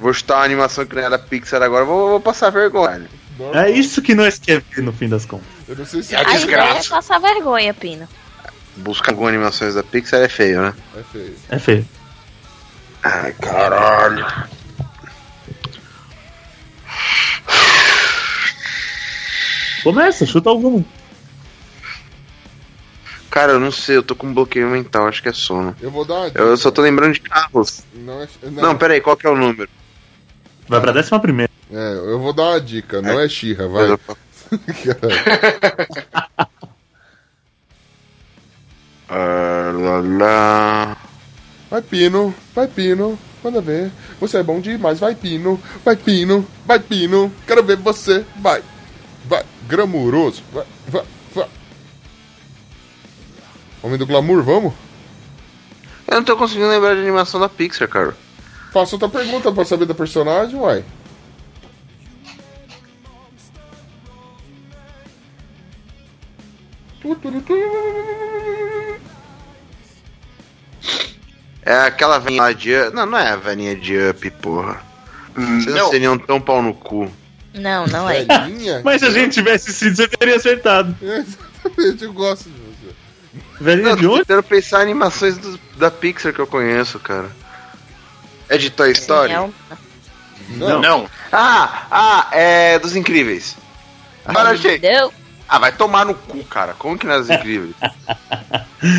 F: Vou chutar uma animação que não é da Pixar agora, vou, vou passar vergonha.
A: não,
D: É isso que nós quer ver no fim das contas.
A: Eu não sei se
G: É a
B: A ideia é
G: desgraça.
B: passar vergonha, Pino.
F: Buscar algumas animações da Pixar é feio, né?
A: é feio.
D: É feio.
F: Ai, caralho.
D: Começa, chuta alguma.
F: Cara, eu não sei, eu tô com um bloqueio mental, acho que é sono.
A: Eu vou dar uma dica.
F: Eu, eu só tô lembrando de carros.
A: Não, é, não,
F: Não, pera aí, qual que é o número?
D: Vai pra décima primeira.
A: é, eu vou dar uma dica. Não é Xirra, vai. <laughs> é.
F: Ah, lá, lá.
A: Vai Pino, vai Pino, manda ver. Você é bom demais, vai Pino, vai Pino, vai Pino. Quero ver você, vai, vai, glamuroso, vai, vai, vai. Homem do glamour, vamos?
F: Eu não tô conseguindo lembrar de animação da Pixar, cara.
A: Faça outra pergunta pra saber da personagem, uai.
F: É aquela velhinha lá de Up. Não, não é a velhinha de Up, porra. Vocês não
G: Não.
F: seriam tão pau no cu.
B: Não, não é.
A: Velhinha?
D: <laughs>
A: É,
D: Mas se a gente tivesse sido, você teria acertado.
A: Exatamente, eu gosto de você.
D: Velhinha
F: Não,
D: é de
F: tô
D: onde?
F: tentando pensar em animações do- da Pixar que eu conheço, cara. É de Toy Story?
B: É um-
A: Não.
G: Não.
F: Ah, ah, é dos Incríveis. Agora achei.
B: Não.
F: Ah, vai tomar no cu, cara. Como que não é
D: <laughs>
F: dos Incríveis?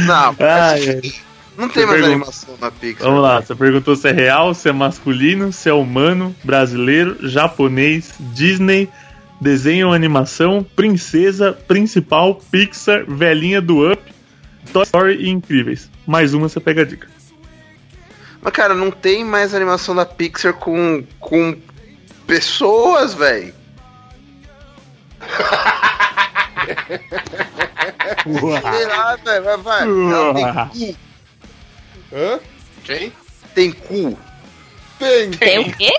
F: não,
D: Ai, ai.
F: não tem
D: eu
F: mais
D: pergunto.
F: animação na Pixar.
D: Vamos lá, você perguntou se é real, se é masculino, se é humano, brasileiro, japonês, Disney, desenho, animação, princesa, principal, Pixar, velhinha do Up, Toy Story e Incríveis. Mais uma você pega a dica.
F: Mas, cara, não tem mais animação da Pixar com, com pessoas, velho. Sei lá, velho, vai, vai. Não,
D: Uau.
F: tem cu,
A: Hã?
G: Quem?
F: tem cu.
A: Tem.
B: Tem o
F: <laughs>
B: quê?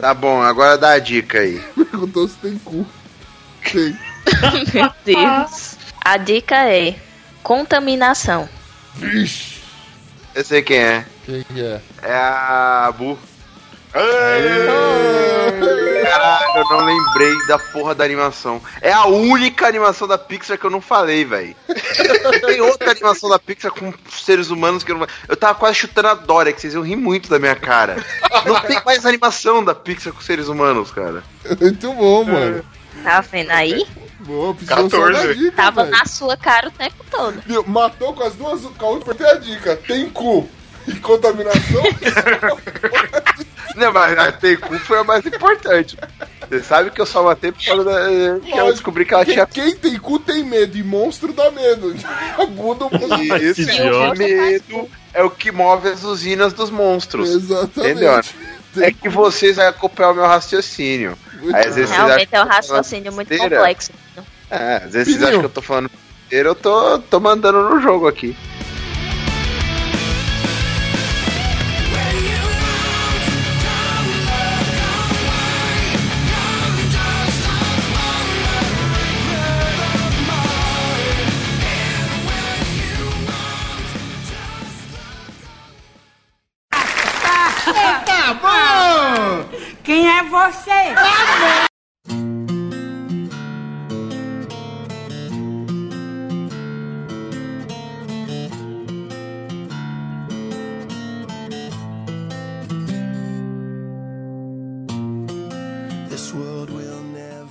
F: Tá bom, agora dá a dica aí.
A: Perguntou se tem cu. Tem.
B: Meu Deus. A dica é contaminação.
A: Vixe.
F: Eu sei quem é.
A: Quem que é? <laughs>
F: É a Bu.
A: Aê!
F: Caralho, eu não lembrei da porra da animação. É a única animação da Pixar que eu não falei, velho. <laughs> Tem outra animação da Pixar com seres humanos que eu não. Eu tava quase chutando a Dória, que vocês iam rir muito da minha cara. Não tem mais animação da Pixar com seres humanos, cara.
A: Muito bom, mano.
B: Tá vendo aí?
A: Boa, precisou só
G: 14.
A: da <laughs> dica,
B: Tava
A: velho.
B: na sua cara o tempo todo.
A: Viu? Matou com as duas. Caú, até a dica. Tem cu e contaminação.
F: Não, mas a ter cu foi a mais importante. Você sabe que eu só matei por causa da. eh, que eu
A: Lógico.
F: descobri que ela
A: Quem-
F: tinha.
A: Quem tem cu tem medo, e monstro dá medo. <laughs> Agudo
F: Isso,
D: Que
F: é o
D: idiota.
F: medo é o que move as usinas dos monstros. Melhor.
A: Exatamente.
F: É que vocês vão acompanhar o meu raciocínio.
A: Muito
F: Aí, às vezes, vocês acham
B: Realmente
F: que
B: é
F: eu
B: um
F: tô falando
B: raciocínio muito
F: besteira.
B: complexo.
F: É, às vezes vocês
A: Pneu.
F: acham que eu tô falando besteira, eu tô, tô mandando no jogo aqui.
J: Quem é você?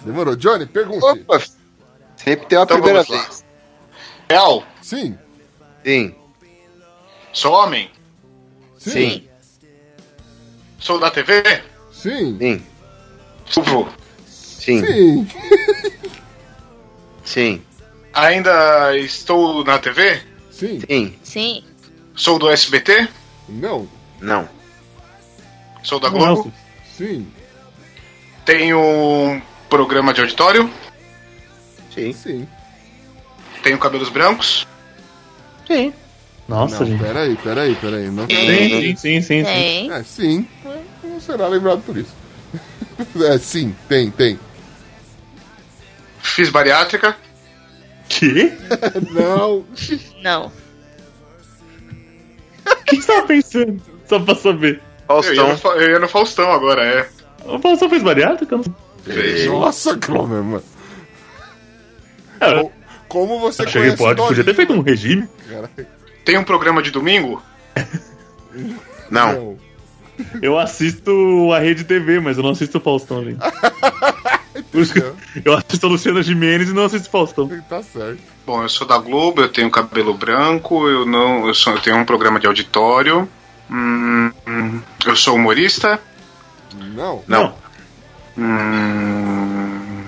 A: Demorou. Johnny, pergunte.
F: Opa! Sempre tem uma
G: Então
F: primeira
G: vamos lá.
F: vez.
G: Real,
A: Sim.
F: Sim,
G: sou homem,
F: sim,
G: sou da TV,
A: Sim.
F: sim,
G: sou
F: sim,
A: Sim.
F: sim,
G: Ainda estou na TV?
A: Sim.
F: sim,
B: Sim.
G: Sou do SBT?
A: Não.
F: não,
G: Sou da Globo?
A: Sim.
G: Tenho um programa de auditório?
F: sim,
A: Sim.
G: Tenho cabelos brancos?
F: sim.
D: Nossa,
A: Não,
D: gente.
A: peraí, peraí, peraí. Não...
D: Sim, sim, sim, sim, sim.
B: Tem.
A: É, sim. Não será lembrado por isso. <laughs> É, sim, tem, tem. <laughs>
G: Fiz bariátrica?
D: Que?
A: Não.
B: Não.
D: O que você tava pensando? Só pra saber.
G: Eu ia, no,
F: Faustão.
G: Fa- eu ia no Faustão agora, é.
D: O Faustão fez bariátrica? Eu não-
G: Fez.
A: Nossa, Clover, mano.
D: É,
A: Bom, Como você
D: Achei que pode, podia ter feito um regime.
G: Tem um programa de domingo?
F: Não.
A: Não.
D: Eu assisto a Rede TV, mas eu não assisto o Faustão, gente. Por isso que eu assisto a Luciana Gimenez e não assisto o Faustão.
A: Tá certo.
G: Bom, eu sou da Globo, eu tenho cabelo branco, eu não. Eu, sou, eu tenho um programa de auditório. Hum, hum, eu sou humorista.
A: Não.
F: Não.
G: Hum,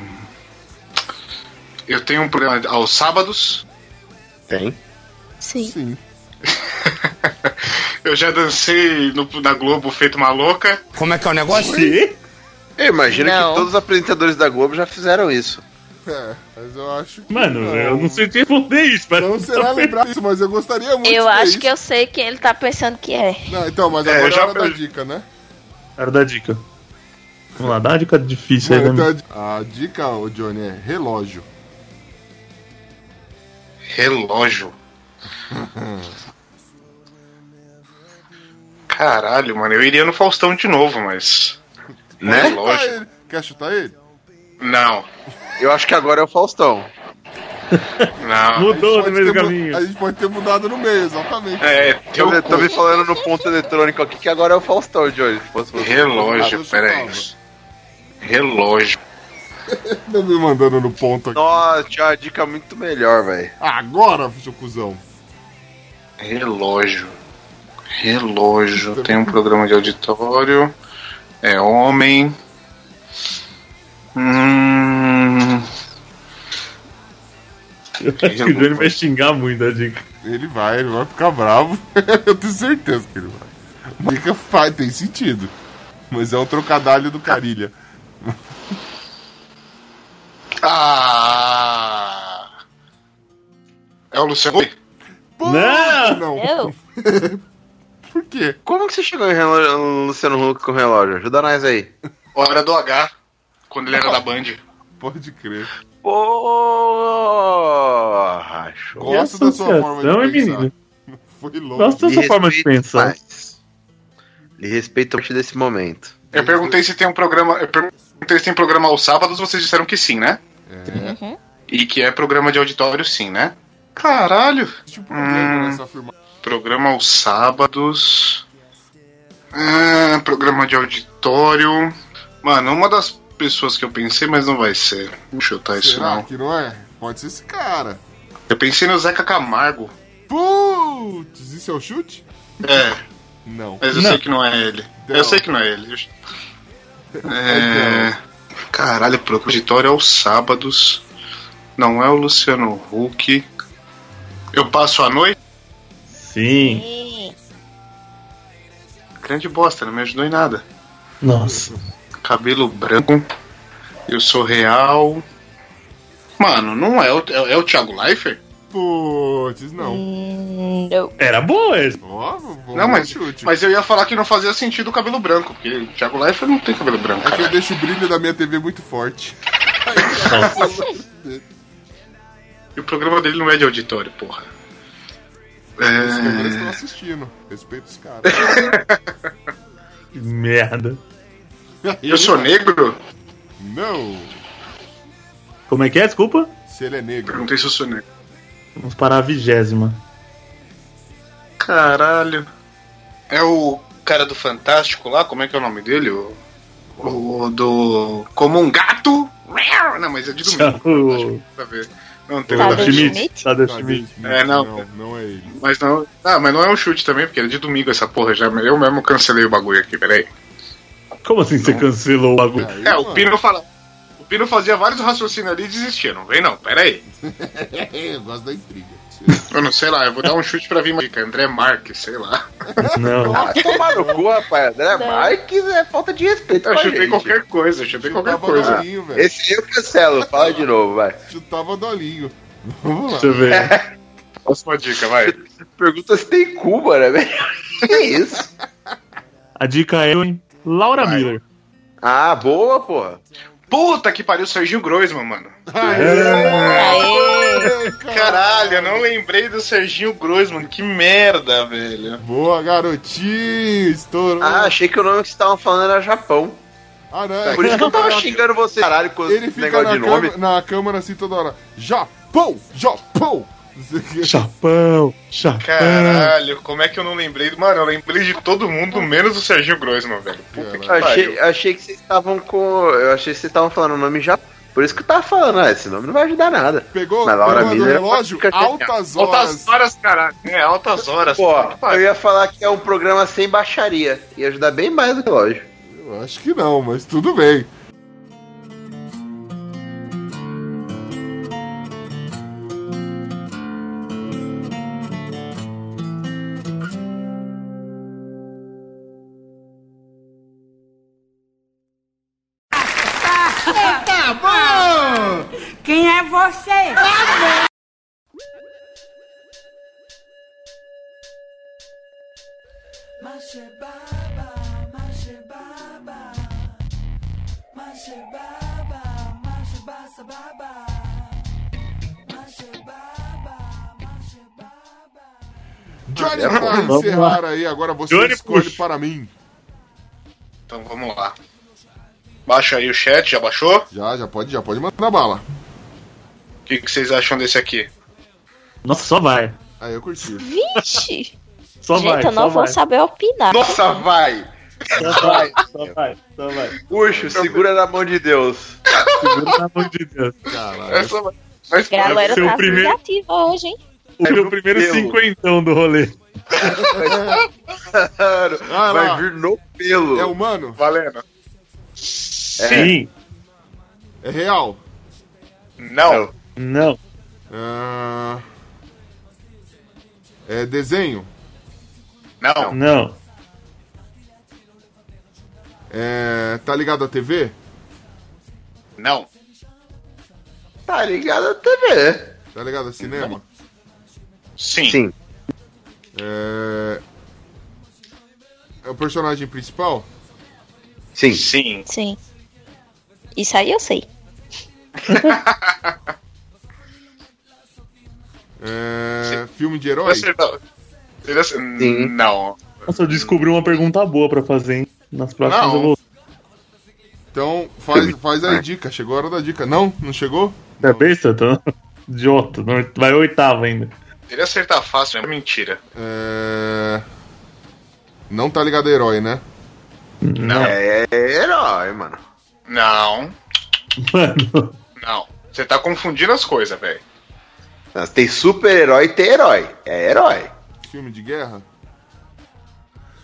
G: eu tenho um programa aos sábados.
F: Tem.
B: Sim.
A: Sim.
G: Eu já dancei no, na Globo feito uma louca.
C: Como é que é o negócio?
D: Que?
F: Eu imagino
B: Não.
F: que todos os apresentadores da Globo já fizeram isso.
A: É, mas eu acho que.
D: Mano, eu não sei te responder isso, parece
A: Não
D: que
A: Então será
D: tá
A: lembrar disso, mas eu gostaria muito.
B: Eu
A: de ver
B: acho
A: isso.
B: que eu sei quem ele tá pensando que é.
A: Não, então, mas
G: É,
A: agora
G: eu já-
A: é a hora da
G: eu-
A: dica, né?
D: Era da dica. Vamos lá, dá uma dica difícil aí, né?
A: Bom, então
D: meu?
A: a di- a dica, ô Johnny, é relógio.
G: Relógio. <laughs> Caralho, mano, eu iria no Faustão de novo, mas.
D: É?
F: Né?
G: Relógio.
A: Ah, ele- Quer chutar ele?
G: Não,
F: Eu acho que agora é o Faustão.
G: não.
D: Mudou no
A: Pode
D: meio do
A: ter mu-
D: caminho.
A: A gente pode ter mudado no meio, exatamente.
G: É, teu
F: Eu tô
G: cu.
F: me falando no ponto eletrônico aqui que agora é o Faustão de hoje. Se fosse você.
G: Relógio, peraí. Relógio.
A: Tá me mandando no ponto aqui.
F: Nossa, tinha uma dica muito melhor, velho.
A: Agora, seu cuzão.
G: Relógio. Relógio. Tem um programa de auditório. É homem. Hum.
D: Eu <laughs> acho que o Johnny vai xingar muito a dica.
A: Ele vai, ele vai ficar bravo. <laughs> eu tenho certeza que ele vai. Dica faz, tem sentido. Mas é um trocadalho do Carilha.
G: Ah! É o Luciano? Huck?
A: Pô,
D: Não!
A: Não,
B: Eu?
A: por quê?
F: Como que você chegou em relógio, no Luciano Huck com o relógio? Ajuda nós aí.
G: Hora do H. Quando ele era da Band.
A: Pode crer.
F: Porra, show.
A: Gosto da sua forma
D: Associação, hein,
A: de pensar.
D: menino?
A: Foi louco.
D: Gosto da é sua forma de
F: respeito
D: pensar.
F: demais. Lhe respeito a partir desse momento.
G: Eu perguntei se tem um programa. Eu perguntei se tem programa aos sábados, vocês disseram que sim, né?
A: É,
G: E que é programa de auditório, sim, né? Caralho!
A: tipo, problema
G: Ah.
A: nessa afirmação.
G: Programa aos sábados. Ah, programa de auditório. Mano, uma das pessoas que eu pensei, mas não vai ser. Vou chutar isso
A: Será
G: não.
A: que não é? Pode ser esse cara.
G: Eu pensei no Zeca Camargo.
A: Putz, isso é o chute?
G: É.
A: Não.
G: Mas eu sei que não é ele. Eu sei que não é ele. Eu- É...
A: então.
G: Caralho, Procuratório é aos sábados. Não é o Luciano Huck. Eu passo a noite?
D: Sim.
G: Grande bosta, não me ajudou em nada.
D: Nossa.
G: Cabelo branco. Eu sou real. Mano, não é o, é, é o Thiago Leifert?
A: Putz, não.
D: Era boa essa.
A: Ó, vou
G: Não,
A: dar
G: mas,
A: é chute.
G: mas eu ia falar que não fazia sentido o cabelo branco, porque o Thiago Leifert não tem cabelo branco.
A: É que eu
G: caralho.
A: deixo o brilho da minha TV muito forte.
G: E o programa dele não é de auditório, porra.
A: Os câmeras
G: É...
A: estão assistindo. Respeito os caras.
D: Que merda.
G: <laughs> Eu sou negro?
A: Não.
D: Como é que é? Desculpa?
A: Se ele é negro.
G: Perguntei se eu sou negro.
D: Vamos para a vigésima.
G: Caralho. É o cara do Fantástico lá? Como é que é o nome dele? O, o do. Como um gato? Não, mas é de domingo.
D: O
G: pra ver. Não tem nada a
D: Tadeu
G: ver.
D: Tá Schmidt. Tadeu
A: Cadê?
D: Schmidt.
G: É, não.
A: Não, não é ele.
G: Mas não. Ah, mas não é um chute também, porque é de domingo essa porra já. mas Eu mesmo cancelei o bagulho aqui, peraí.
D: Como assim você cancelou o bagulho?
A: Aí,
G: É, o
A: mano.
G: Pino fala. O Pino fazia vários raciocínios ali e desistia. Não vem não, peraí.
A: é, eu gosto da intriga.
G: Eu não sei lá, eu vou dar um chute pra vir uma dica. André Marques, sei lá.
D: Não.
A: <laughs>
F: Ah, tomar no cu, rapaz. André Marques é falta de respeito.
G: Eu
F: com a
G: chutei
F: gente.
G: qualquer coisa, eu chutei qualquer
A: Chutava
G: coisa.
A: dolinho, velho.
F: Esse eu cancelo, fala de novo, vai.
A: Chutava dolinho. Vamos lá.
D: Deixa eu ver.
G: Próxima dica, vai.
F: Pergunta se tem Cuba, né, <laughs> velho? Que isso?
D: A dica é em Laura
G: Vai.
D: Miller.
F: Ah, boa, porra.
G: Puta que pariu, Serginho Groisman, mano.
D: É.
B: Aê!
G: Caralho, eu não lembrei do Serginho Groisman, que merda, velho.
A: Boa, garotinho. Estourou.
F: Ah, achei que o nome que vocês estavam falando era Japão.
A: Ah, não.
F: Por isso que eu tava xingando você, caralho, com
A: Ele
F: esse
A: fica
F: negócio
A: na,
F: de nome.
A: câmera- na câmera assim toda hora. Japão! Japão! Não sei o quê.
D: Chapão, chapão.
G: Caralho, como é que eu não lembrei? do- Mano, eu lembrei de todo mundo, menos do Serginho Groisman, velho. Puta que
F: Eu Achei,
G: pariu.
F: achei que vocês estavam com. Eu achei que vocês estavam falando o nome Japão. Por isso que eu tava falando, ah, esse nome não vai ajudar nada.
A: Pegou,
F: Mas Laura
A: pegou do
F: Miller-
A: relógio?
F: Fica- assim,
A: Altas horas.
G: Altas horas, caralho. É, altas horas.
F: Pô,
G: Puta que
F: eu
G: pariu.
F: ia falar que é um programa sem baixaria. Ia ajudar bem mais do que lógico.
A: Eu Acho que não, mas tudo bem.
C: Quem é você?
A: Johnny, pra
D: Vamos
A: encerrar aí, agora você
D: Johnny,
A: escolhe
D: puxa.
A: para mim.
G: Então vamos lá. Baixa aí o chat, já baixou?
A: Já, já pode, já pode mandar bala.
G: O que, que vocês acham desse aqui?
D: Nossa, só vai.
A: Aí eu curti.
B: Vixe!
D: Só vai.
B: Gente, eu não
D: só
B: vou
D: vai.
B: saber opinar.
F: Nossa, vai!
D: Só vai, só vai, só vai.
F: Urcho, segura na mão de Deus.
D: Pelo amor de Deus.
A: Caralho.
G: Essa vai. Mas
B: Galera
D: Seu
B: tá
D: primeiro-
B: vingativa hoje, hein?
D: O É meu É. primeiro
F: pelo.
D: cinquentão do rolê.
F: Claro,
A: Ah, lá.
F: vai vir no pelo.
A: É humano?
G: valendo.
D: Sim.
A: É real?
G: Não.
D: Não.
A: Ah, É desenho?
G: Não.
D: Não.
A: É... Tá ligado à TV?
G: Não.
F: Tá ligado à TV.
A: Tá ligado a cinema?
G: Sim.
F: Sim.
A: É... É o personagem principal?
F: Sim.
G: Sim.
B: Sim. Isso aí eu sei.
A: É... Filme de herói?
G: Você não. Ele ace-
F: Sim.
G: Não.
D: Nossa, eu descobri uma pergunta boa pra fazer, hein? Nas próximas
G: Não.
D: eu vou.
A: Então faz, faz aí dica. Chegou a hora da dica. Não? Não chegou?
D: É besta? Tô... Idiota. não- Vai oitava ainda.
G: Ele acertar fácil é mentira.
A: É... Não tá ligado a herói, né?
G: Não.
F: É herói, mano.
G: Não.
D: Mano.
G: Não. Você tá confundindo as coisas, velho.
F: Mas tem super-herói e tem herói. É herói.
A: Filme de guerra?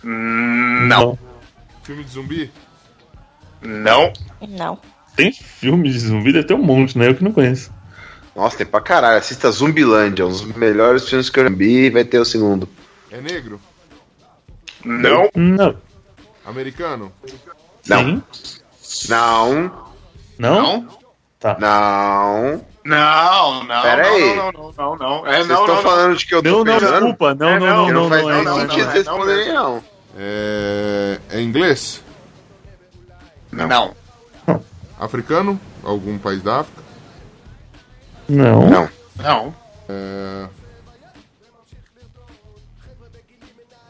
K: Não.
A: Filme de zumbi?
K: Não.
B: Não.
D: Tem filme de zumbi, deve ter um monte, né? Eu que não conheço.
F: Nossa, tem pra caralho. Assista Zumbilândia, um dos melhores filmes que eu já vi, vai ter o segundo.
A: É negro?
K: Não.
D: Não.
A: Americano?
F: Não. Não.
D: Não? Tá.
F: Não.
G: Não, não.
F: Pera
G: não,
F: aí.
G: Não, não, não, não. É,
F: Vocês
G: não,
F: estão
G: não,
F: falando de que eu
D: Não,
F: tô
D: não,
F: pensando?
D: desculpa. Não, não,
G: É, não,
D: não,
F: Que
D: não.
F: não faz
D: não, é
F: nem
D: não,
F: sentido
G: não,
F: vocês
G: não,
F: responderem, não.
A: É... é inglês?
G: não. Não.
A: Africano? Algum país da África?
D: Não.
F: Não.
G: Não.
A: É...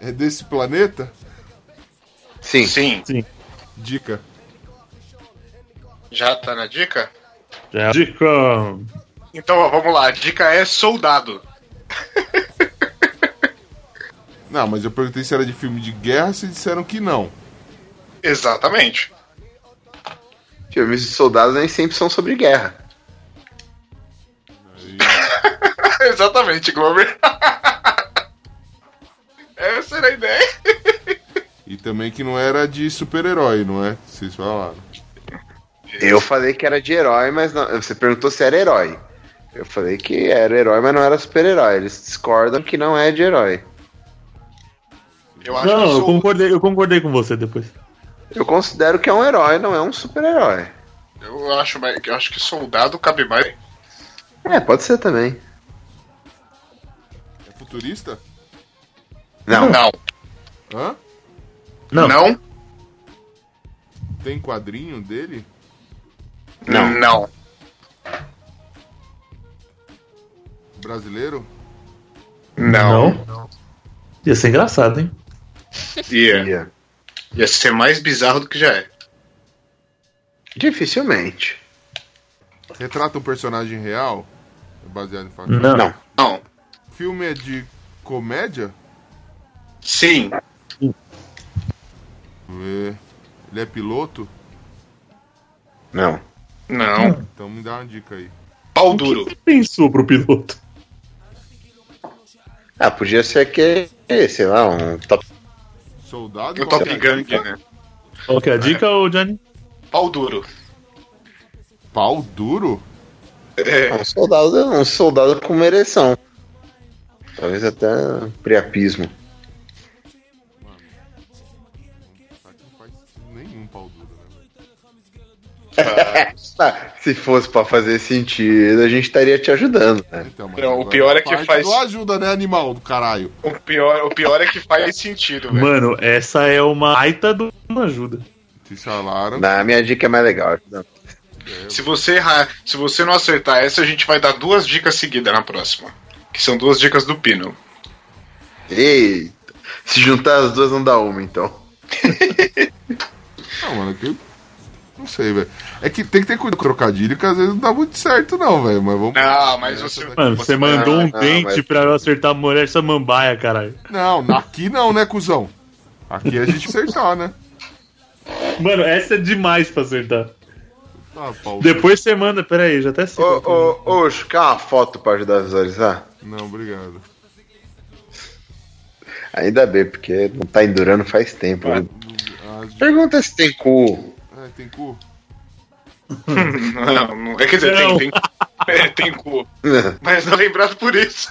A: É desse planeta?
F: Sim.
G: Sim.
A: Dica.
G: Já tá na dica?
D: Já. Dica.
G: Então, ó, vamos lá. A dica é soldado.
A: Não, mas eu perguntei se era de filme de guerra, se disseram que não.
G: Exatamente. <laughs>
F: Filmes de soldados nem sempre são sobre guerra.
G: Exatamente, Glover. <laughs> Essa era a ideia.
A: E também que não era de super-herói, não é? Vocês falaram.
F: Eu falei que era de herói, mas não. Você perguntou se era herói. Eu falei que era herói, mas não era super-herói. Eles discordam que não é de herói.
G: Eu acho
D: Não,
G: que
D: eu
G: sou...
D: concordei, eu concordei com você depois.
F: Eu considero que é um herói, não é um super-herói.
G: eu, acho mais... eu acho que soldado cabe mais.
F: É, pode ser também.
A: É futurista?
F: Não.
G: Não.
A: Hã?
D: Não.
G: Não.
A: Tem quadrinho dele?
G: Não. Não.
A: Brasileiro?
D: Não. Ia ser engraçado, hein?
G: Ia.
F: Ia.
G: Ia ser mais bizarro do que já é.
F: Dificilmente.
A: Retrata um personagem real? É Baseado em fatos.
D: Não.
F: Não.
G: Não.
A: Filme é de comédia?
G: Sim.
A: É. Ele é piloto?
F: Não.
G: Não.
A: Então me dá uma dica aí.
G: Pau
D: O que
G: duro.
D: você pensou pro piloto?
F: Ah, podia ser que, sei lá, um top.
A: Soldado?
G: O
A: Qual
G: Top
A: que é?
G: Gang, né?
D: Qual que é a dica, ô Johnny?
G: Pau duro. né?
A: Pau duro?
G: É.
F: Um soldado, um soldado com uma ereção. Talvez até um priapismo. <laughs>
A: Tá que não faz nenhum pau duro, né? velho?
F: Ah, se fosse pra fazer sentido, a gente estaria te ajudando, né?
A: Então, mas
G: Não, o
A: agora
G: pior é que
A: parte
G: faz-
A: Não ajuda, né, animal do caralho?
G: O pior, o pior é que faz sentido, velho.
D: Mano, essa é uma baita do uma ajuda.
A: Te salaram.
F: Na minha dica é mais legal. Não.
G: Se você errar, se você não acertar essa, a gente vai dar duas dicas seguidas na próxima. Que são duas dicas do Pino.
F: Ei, se juntar as duas não dá uma, então.
A: Não, mano, é que... Não sei, velho. É que tem que ter cuidado com trocadilho, que às vezes não dá muito certo, não, velho. Mas vamos.
G: Não, mas você.
D: Mano, você mandou um
F: não,
D: dente
F: mas-
D: pra eu acertar a mulher samambaia, caralho.
A: Não, aqui não, né, cuzão? Aqui a gente acertar, né?
D: Mano, essa é demais pra acertar.
A: Ah, pau duro.
D: Depois você manda, peraí, já até sei. qual
F: Ô,
D: que é.
F: ô, ô, Chico, quer uma foto pra ajudar a visualizar?
A: Não, obrigado.
F: Ainda bem, porque não tá endurando faz tempo. né?
A: As-
F: Pergunta se tem cu.
A: Ah, tem cu?
G: <laughs> Não, não- é, quer dizer,
D: Não.
G: tem, <laughs> tem, é, tem cu. Mas não é lembrado por <laughs> isso.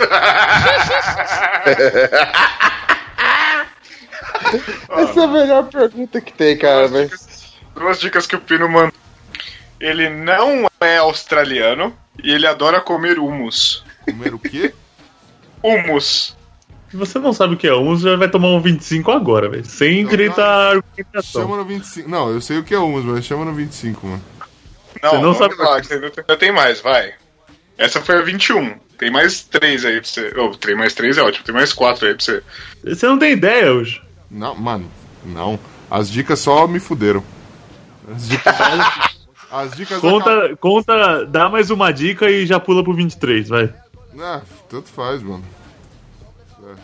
F: Essa é a melhor pergunta que tem, cara, mas.
G: duas dicas que o Pino mandou. Ele não é australiano e ele adora comer humus.
A: Comer o quê?
G: Humus.
D: Se você não sabe o que é um, você vai tomar um 25 agora, velho. Sem
A: Então,
D: direito
A: tá.
D: à argumentação.
A: Chama no 25. Não, eu sei o que é humus, mas chama no 25, mano.
G: Não,
D: Você não
G: não
D: sabe- é
G: sabe lá, que ainda tem- ainda tem mais, vai. Essa foi a 21. Tem mais três aí pra você. Ô, tem mais três é ótimo, tem mais quatro aí pra você.
D: Você não tem ideia hoje.
A: Não, mano, não. As dicas só me fuderam. As dicas só. As dicas acab-
D: Conta, conta, dá mais uma dica e já pula pro 23, vai.
A: Ah, tanto faz, mano. É.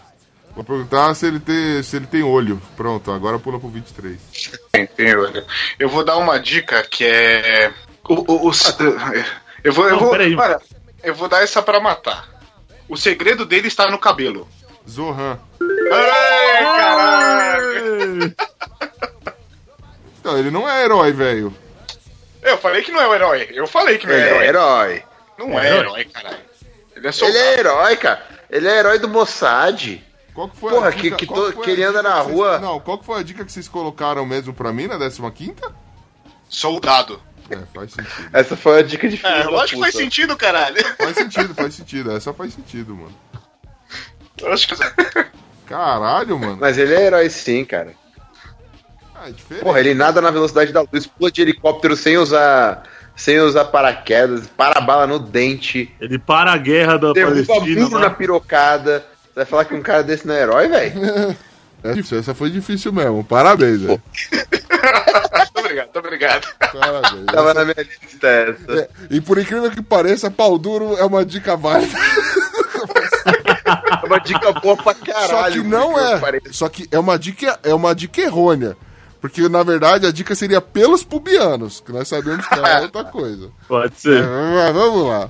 A: Vou perguntar se ele, tem, se ele tem olho. Pronto, agora pula pro 23.
G: Tem, tem, olha. Eu vou dar uma dica que é. O, o- os- Eu vou. Eu
D: Não,
G: vou,
D: peraí.
G: olha,
F: é
G: eu vou dar essa pra matar. O segredo dele está no cabelo.
A: Zohan.
G: Ai, caralho!
A: Então, ele não é herói, velho.
L: Eu falei que não é o herói. Eu falei que não é,
F: Ele
L: herói.
F: é herói.
L: Não é, herói, caralho. Ele é soldado.
F: Ele é herói, cara. Ele é herói do Mossad.
A: Qual que foi
F: Porra,
A: a dica?
F: que- que
A: qual
F: to-
A: foi
F: que
A: a
F: ele
A: dica
F: anda na
A: que vocês-
F: rua-
A: Não, qual que foi a dica que vocês colocaram mesmo pra mim na 15 quinta?
L: Soldado.
A: É, faz sentido.
F: Essa foi a dica de filho
L: É,
F: da
L: lógico que faz
F: puta.
L: sentido, caralho.
A: Faz sentido, faz sentido. Essa faz sentido, mano.
L: Lógico que
A: Caralho, mano.
F: Mas ele é herói sim, cara.
A: Ah, é diferente.
F: Porra, ele nada na velocidade da luz, pula de helicóptero sem usar sem usar paraquedas, para a bala no dente,
D: <laughs> Ele para a guerra da
F: derruba
D: Palestina.
F: muro na
D: lá.
F: pirocada. Você vai falar que um cara desse não é herói,
L: <laughs>
F: velho?
A: É difícil, Essa foi difícil mesmo. Parabéns, velho.
L: Muito obrigado, muito obrigado.
A: Parabéns.
F: Tava na minha lista essa.
A: É, e por incrível que pareça, pau duro é uma dica válida.
F: É uma dica boa pra caralho.
A: só que não
F: porque eu
A: é.
F: parei-
A: Só que é uma dica, é uma dica errônea. Porque, na verdade, a dica seria pelos pubianos, que nós sabemos que
F: <laughs>
A: é outra coisa.
D: Pode
A: É,
D: ser.
A: mas vamos lá.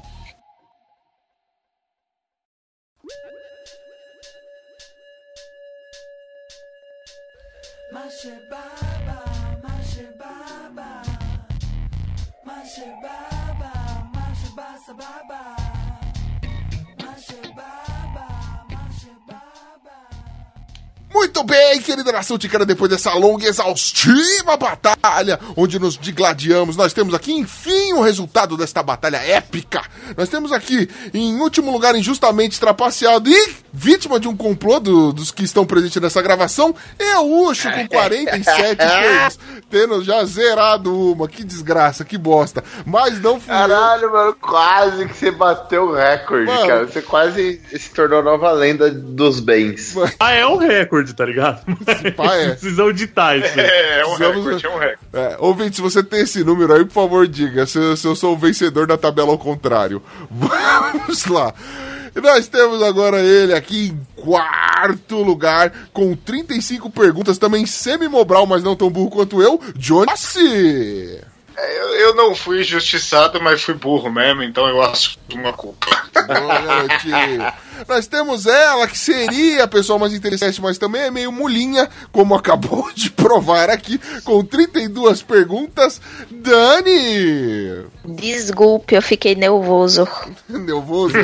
A: Muito bem, querida nação ticana, depois dessa longa e exaustiva batalha, onde nos digladiamos, nós temos aqui, enfim, o resultado desta batalha épica. Nós temos aqui, em último lugar, injustamente trapaceado e vítima de um complô do- dos que estão presentes nessa gravação, Euxo, com 47 pontos, tendo já zerado uma. Que desgraça, que bosta. Mas não fui eu.
F: Caralho, mano, quase que você bateu o recorde,
A: Mano.
F: cara. Você quase se tornou a nova lenda dos bens.
D: Ah, é um recorde, tá ligado?
A: pá,
D: <laughs>
A: é.
D: Precisa auditar isso.
L: <laughs>
D: aí.
L: É, é um
A: Precisamos-
L: recorde, é um recorde.
A: É, ouvinte, se você tem esse número aí, por favor, diga se, se eu sou o vencedor da tabela ao contrário. <laughs> Vamos lá. E Nós temos agora ele aqui em quarto lugar, com 35 perguntas, também semi-mobral, mas não tão burro quanto eu, Johnny Massi.
G: É, eu, eu não fui injustiçado, mas fui burro mesmo, então eu assumo a culpa.
A: Boa, garotinho. Nós temos ela, que seria a pessoa mais interessante, mas também é meio mulinha, como acabou de provar aqui, com 32 perguntas, Dani.
B: Desculpe, eu fiquei nervoso.
A: <laughs> Nervoso.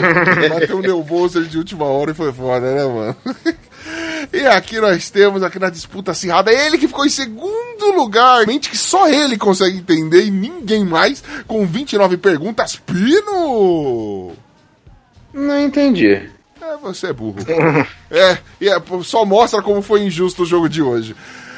A: Bateu um nervoso de última hora e foi foda, né, mano? <laughs> E aqui nós temos, aqui na disputa acirrada, ele que ficou em segundo lugar. Mente que só ele consegue entender e ninguém mais, com 29 perguntas. Pino!
F: Não entendi.
A: É, você é burro. <laughs> é, e é, pô, só mostra como foi injusto o jogo de hoje.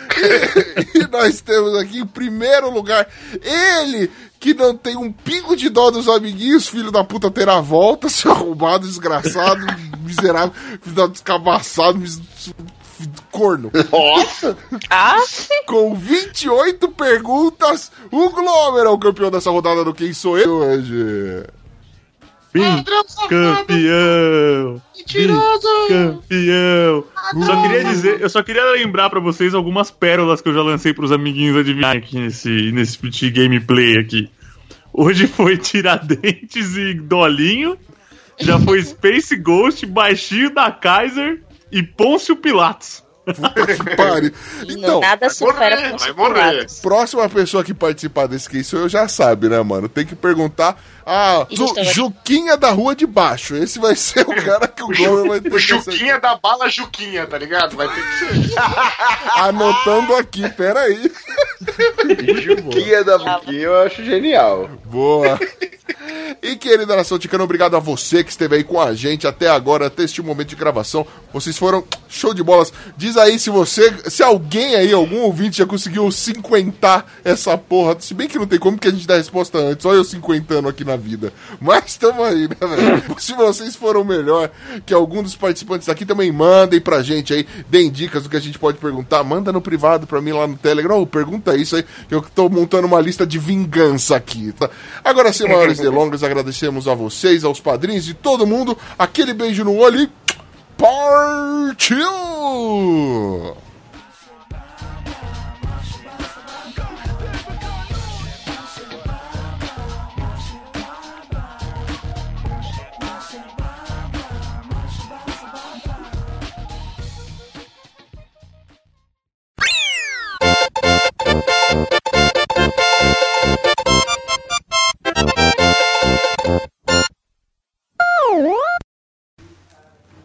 A: <laughs> E, e nós temos aqui em primeiro lugar ele que não tem um pingo de dó dos amiguinhos, filho da puta terá volta, <laughs> seu arrombado, desgraçado, miserável, filho da descabaçado, mis... corno.
F: Nossa!
B: Ah,
A: Com 28 perguntas, o Glomer é o campeão dessa rodada do Quem Sou Eu hoje.
D: Bicampeão! campeão! Campeão! Só queria dizer, eu só queria lembrar pra vocês algumas pérolas que eu já lancei pros amiguinhos adivinharem aqui nesse, nesse petit gameplay aqui. Hoje <laughs> foi Tiradentes e Dolinho,
A: <laughs>
D: já foi Space Ghost, Baixinho da Kaiser e Pôncio Pilatos.
A: Que pare. Então,
B: nada supera
G: morrer,
B: com os
G: vai morrer.
B: curados.
A: Próxima pessoa que participar desse que isso eu já sabe, né, mano? Tem que perguntar. Ah,
B: E
A: Ju-
B: história?
A: Juquinha da Rua de Baixo. Esse vai ser o cara que o Glover vai ter
G: O
A: que
G: Juquinha da bala Juquinha, tá ligado? Vai ter que ser.
A: acertar. Anotando aqui, peraí.
F: Guia da Buquinha um eu acho genial.
A: Boa. E querida nação ticana, obrigado a você que esteve aí com a gente até agora, até este momento de gravação. Vocês foram show de bolas. Diz aí se você, se alguém aí, algum ouvinte já conseguiu cinquentar essa porra. Se bem que não tem como que a gente dá a resposta antes, só eu cinquentando aqui na vida. Mas tamo aí, né, velho? Se vocês foram melhor que algum dos participantes aqui, também mandem pra gente aí, deem dicas do que a gente pode perguntar. Manda no privado pra mim lá no Telegram, ou pergunta isso aí, que eu tô montando uma lista de vingança aqui, tá? Agora, sem
F: <laughs>
A: maiores delongas, agradecemos a vocês, aos padrinhos e todo mundo. Aquele beijo no olho e partiu!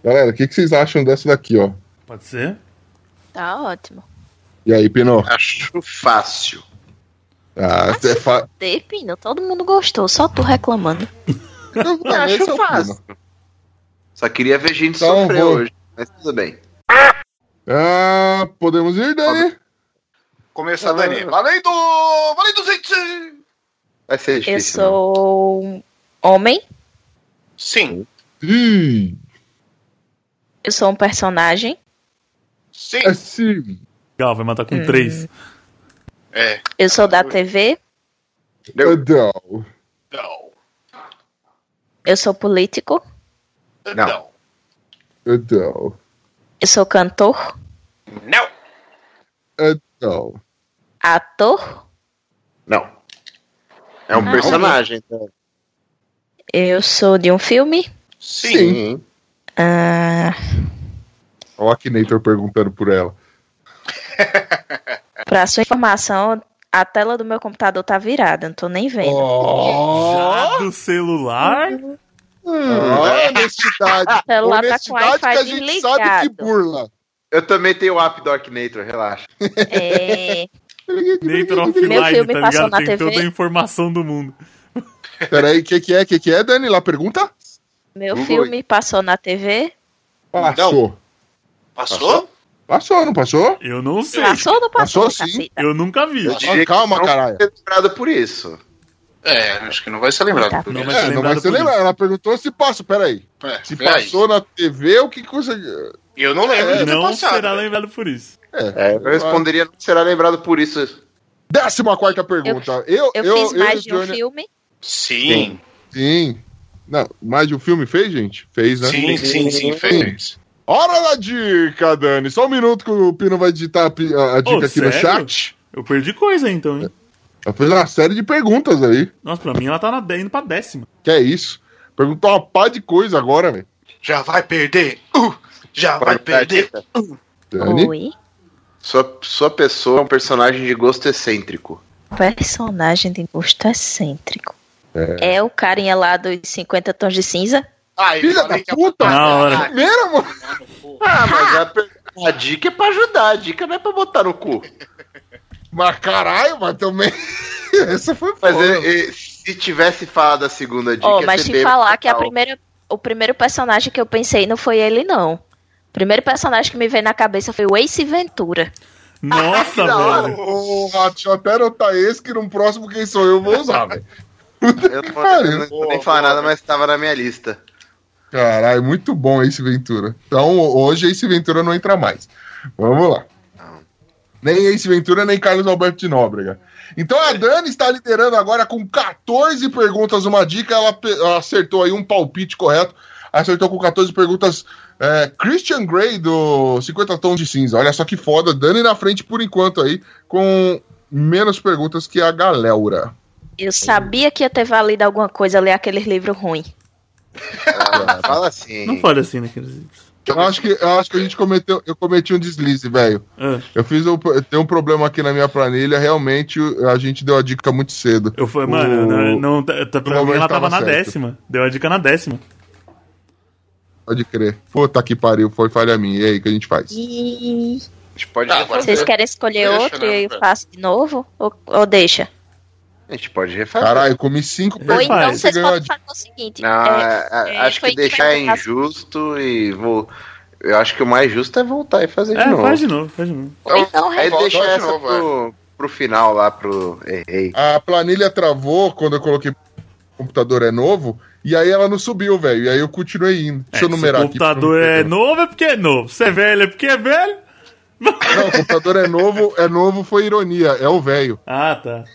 A: Galera, o que, que vocês acham dessa daqui, ó?
D: Pode ser?
B: Tá ótimo.
A: E aí, Pino?
F: Acho fácil.
A: Ah, é fa...
B: Dei, Pino, todo mundo gostou, só tu reclamando.
F: Eu
A: esse é
F: acho
A: o
F: fácil. Só queria ver gente
A: Então,
F: sofrer
A: vou-
F: hoje, mas tudo bem.
A: Ah, podemos ir, Dani?
G: Começa, Dani.
F: Valendo! Valendo, gente! Vai ser difícil.
B: Eu
A: né?
B: sou um homem,
E: Sim.
A: Sim,
B: eu sou um personagem,
E: Sim.
A: é sim.
D: Legal, vai matar
B: Hum.
D: com três.
E: É.
B: eu sou da TV,
A: É não.
E: Não.
B: eu sou político,
E: Não.
F: Não.
E: Não.
A: É não.
B: eu sou cantor,
A: É não.
B: ator,
F: Não. É um
B: Ah,
F: personagem. então.
B: eu sou de um filme.
E: Sim.
B: ah,
A: Ó, o Akinator perguntando por ela.
B: pra sua informação, a tela do meu computador tá virada, não tô nem vendo.
D: Já do celular?
B: <laughs>
A: Ah, honestidade.
B: O celular tá com o
A: honestidade que a
B: Wi-Fi
A: gente sabe que
B: desligado.
A: burla.
F: Eu também tenho o app do Akinator, relaxa.
B: É,
D: Nature
B: Meu
D: offline,
B: filme
D: tá
B: passou
D: ligado?
B: na
D: Tem
B: TV.
D: toda a informação do mundo.
A: Peraí, o que, que é? O que, que é, Dani? Lá pergunta?
B: meu
F: Google
B: filme passou na TV,
A: Passou.
E: Passou?
A: Passou, não passou?
D: Eu não sei.
B: passou ou não passou?
A: Passou sim.
B: caceta?
D: Eu nunca vi.
F: Eu
A: Ah,
F: diria
A: calma,
F: que não
A: caralho.
F: foi lembrado por isso.
G: É, acho que não vai ser lembrado.
B: Tá.
D: Não vai ser
A: É, não
D: lembrado
A: vai ser
D: por
A: lembrado. Ela perguntou se passa, peraí.
G: É,
A: Se
G: e aí?
A: passou na TV, o que conseguiu?
E: Eu não lembro
D: isso.
E: de ter
D: Não
E: passado.
D: será
E: velho.
D: lembrado por isso.
F: É, eu responderia, não será lembrado por isso.
A: Décima quarta pergunta. Eu, eu,
B: Eu,
A: eu,
B: fiz
A: e
B: mais
A: o
B: de um
A: Johnny-
B: filme.
E: Sim.
A: Sim. Não, mais de um filme fez, gente? Fez, né?
E: Sim, sim, sim, fez.
A: Hora da dica, Dani. Só um minuto que o Pino vai digitar a, pi- a- a dica aqui no
D: sério?
A: chat.
D: Eu perdi coisa então, hein?
A: Ela fez uma série de perguntas aí.
D: Nossa, pra mim ela tá na dez- indo pra décima.
A: Que é isso? Perguntou uma pá de coisa agora, velho.
E: Já vai perder. Uh, já vai perder.
A: Dani?
B: Oi.
F: Sua, sua pessoa é um personagem de gosto excêntrico.
B: Personagem de gosto excêntrico. É. o carinha lá dos 50 tons de cinza?
E: Ai,
A: Filha da
E: falei que-
A: puta!
D: Na hora.
A: Primeira, mano.
F: Ah, mas a, per- a dica é pra ajudar, a dica não é pra botar no cu.
A: Mas caralho, mas também. <laughs> Essa foi
F: Mas
A: foda.
F: é- é, se tivesse falado a segunda dica,
B: Ó,
F: ia
B: mas
F: ser
B: te
F: bem
B: falar que a
F: legal.
B: primeira, o primeiro personagem que eu pensei não foi ele, não. O primeiro personagem que me veio na cabeça foi o Ace Ventura.
A: ah,
D: Nossa,
F: da hora.
D: velho.
A: Porra, deixa eu até anotar esse que no próximo quem sou eu vou usar, velho.
F: Eu não vou,
A: Caralho.
F: eu não vou nem falar nada, mas tava na minha lista.
A: Caralho, muito bom Ace Ventura. Então hoje Ace Ventura não entra mais. Vamos lá. Nem Ace Ventura, nem Carlos Alberto de Nóbrega. Então a Dani está liderando agora com 14 perguntas, uma dica. Ela, pe- ela acertou aí um palpite correto. Acertou com 14 perguntas. é, Christian Grey do 50 Tons de Cinza. Olha só que foda. Dani na frente por enquanto aí, com menos perguntas que a galera.
B: Eu sabia que ia ter valido alguma coisa ler aqueles livros ruins.
F: Ah, fala assim.
D: Não fala assim naqueles livros.
A: Eu acho que, eu acho que a gente cometeu. Eu cometi um deslize, velho.
D: Ah,
A: Eu fiz um, tem um problema aqui na minha planilha, realmente a gente deu a dica muito cedo.
D: eu falei,
A: O-
D: mano, não, não, tá- tá- pra
A: o
D: mim
A: Roberto
D: ela tava
A: tava
D: na
A: certo.
D: décima. Deu a dica na décima.
A: Pode crer. Puta que pariu, foi falha minha. E aí, o que a gente faz?
B: E
F: A gente pode,
E: Tá,
F: refazer.
E: agora-
B: vocês querem escolher
E: Deixa,
B: outro
E: né,
B: e eu
E: velho?
B: faço de novo? Ou, ou deixa?
F: A gente pode refazer.
A: Caralho, comi cinco
D: Foi,
B: Ou
A: perguntas.
B: então
D: faz.
A: Você
B: vocês
A: ganhou a
B: podem
A: dica.
B: fazer o seguinte.
F: Não,
B: é,
F: a- a-
B: é,
F: acho
B: foi
F: que deixar é
B: diferente, assim.
F: injusto e vou. Eu acho que o mais justo é voltar e fazer de
D: É,
F: novo.
D: faz de novo, faz de novo.
B: ou então
F: Aí
B: revolta.
F: deixa
G: de
F: essa
G: novo, é.
F: pro, pro final lá, pro. Errei.
A: A planilha travou quando eu coloquei o computador é novo, e aí ela não subiu, velho. E aí eu continuei indo. Deixa eu
D: É, se
A: numerar
D: o
A: aqui. pra não
D: computador é
A: perder.
D: novo é porque é novo. Se é velho é porque é velho.
A: Não, o computador é novo, é novo foi ironia, é o velho.
D: Ah, tá.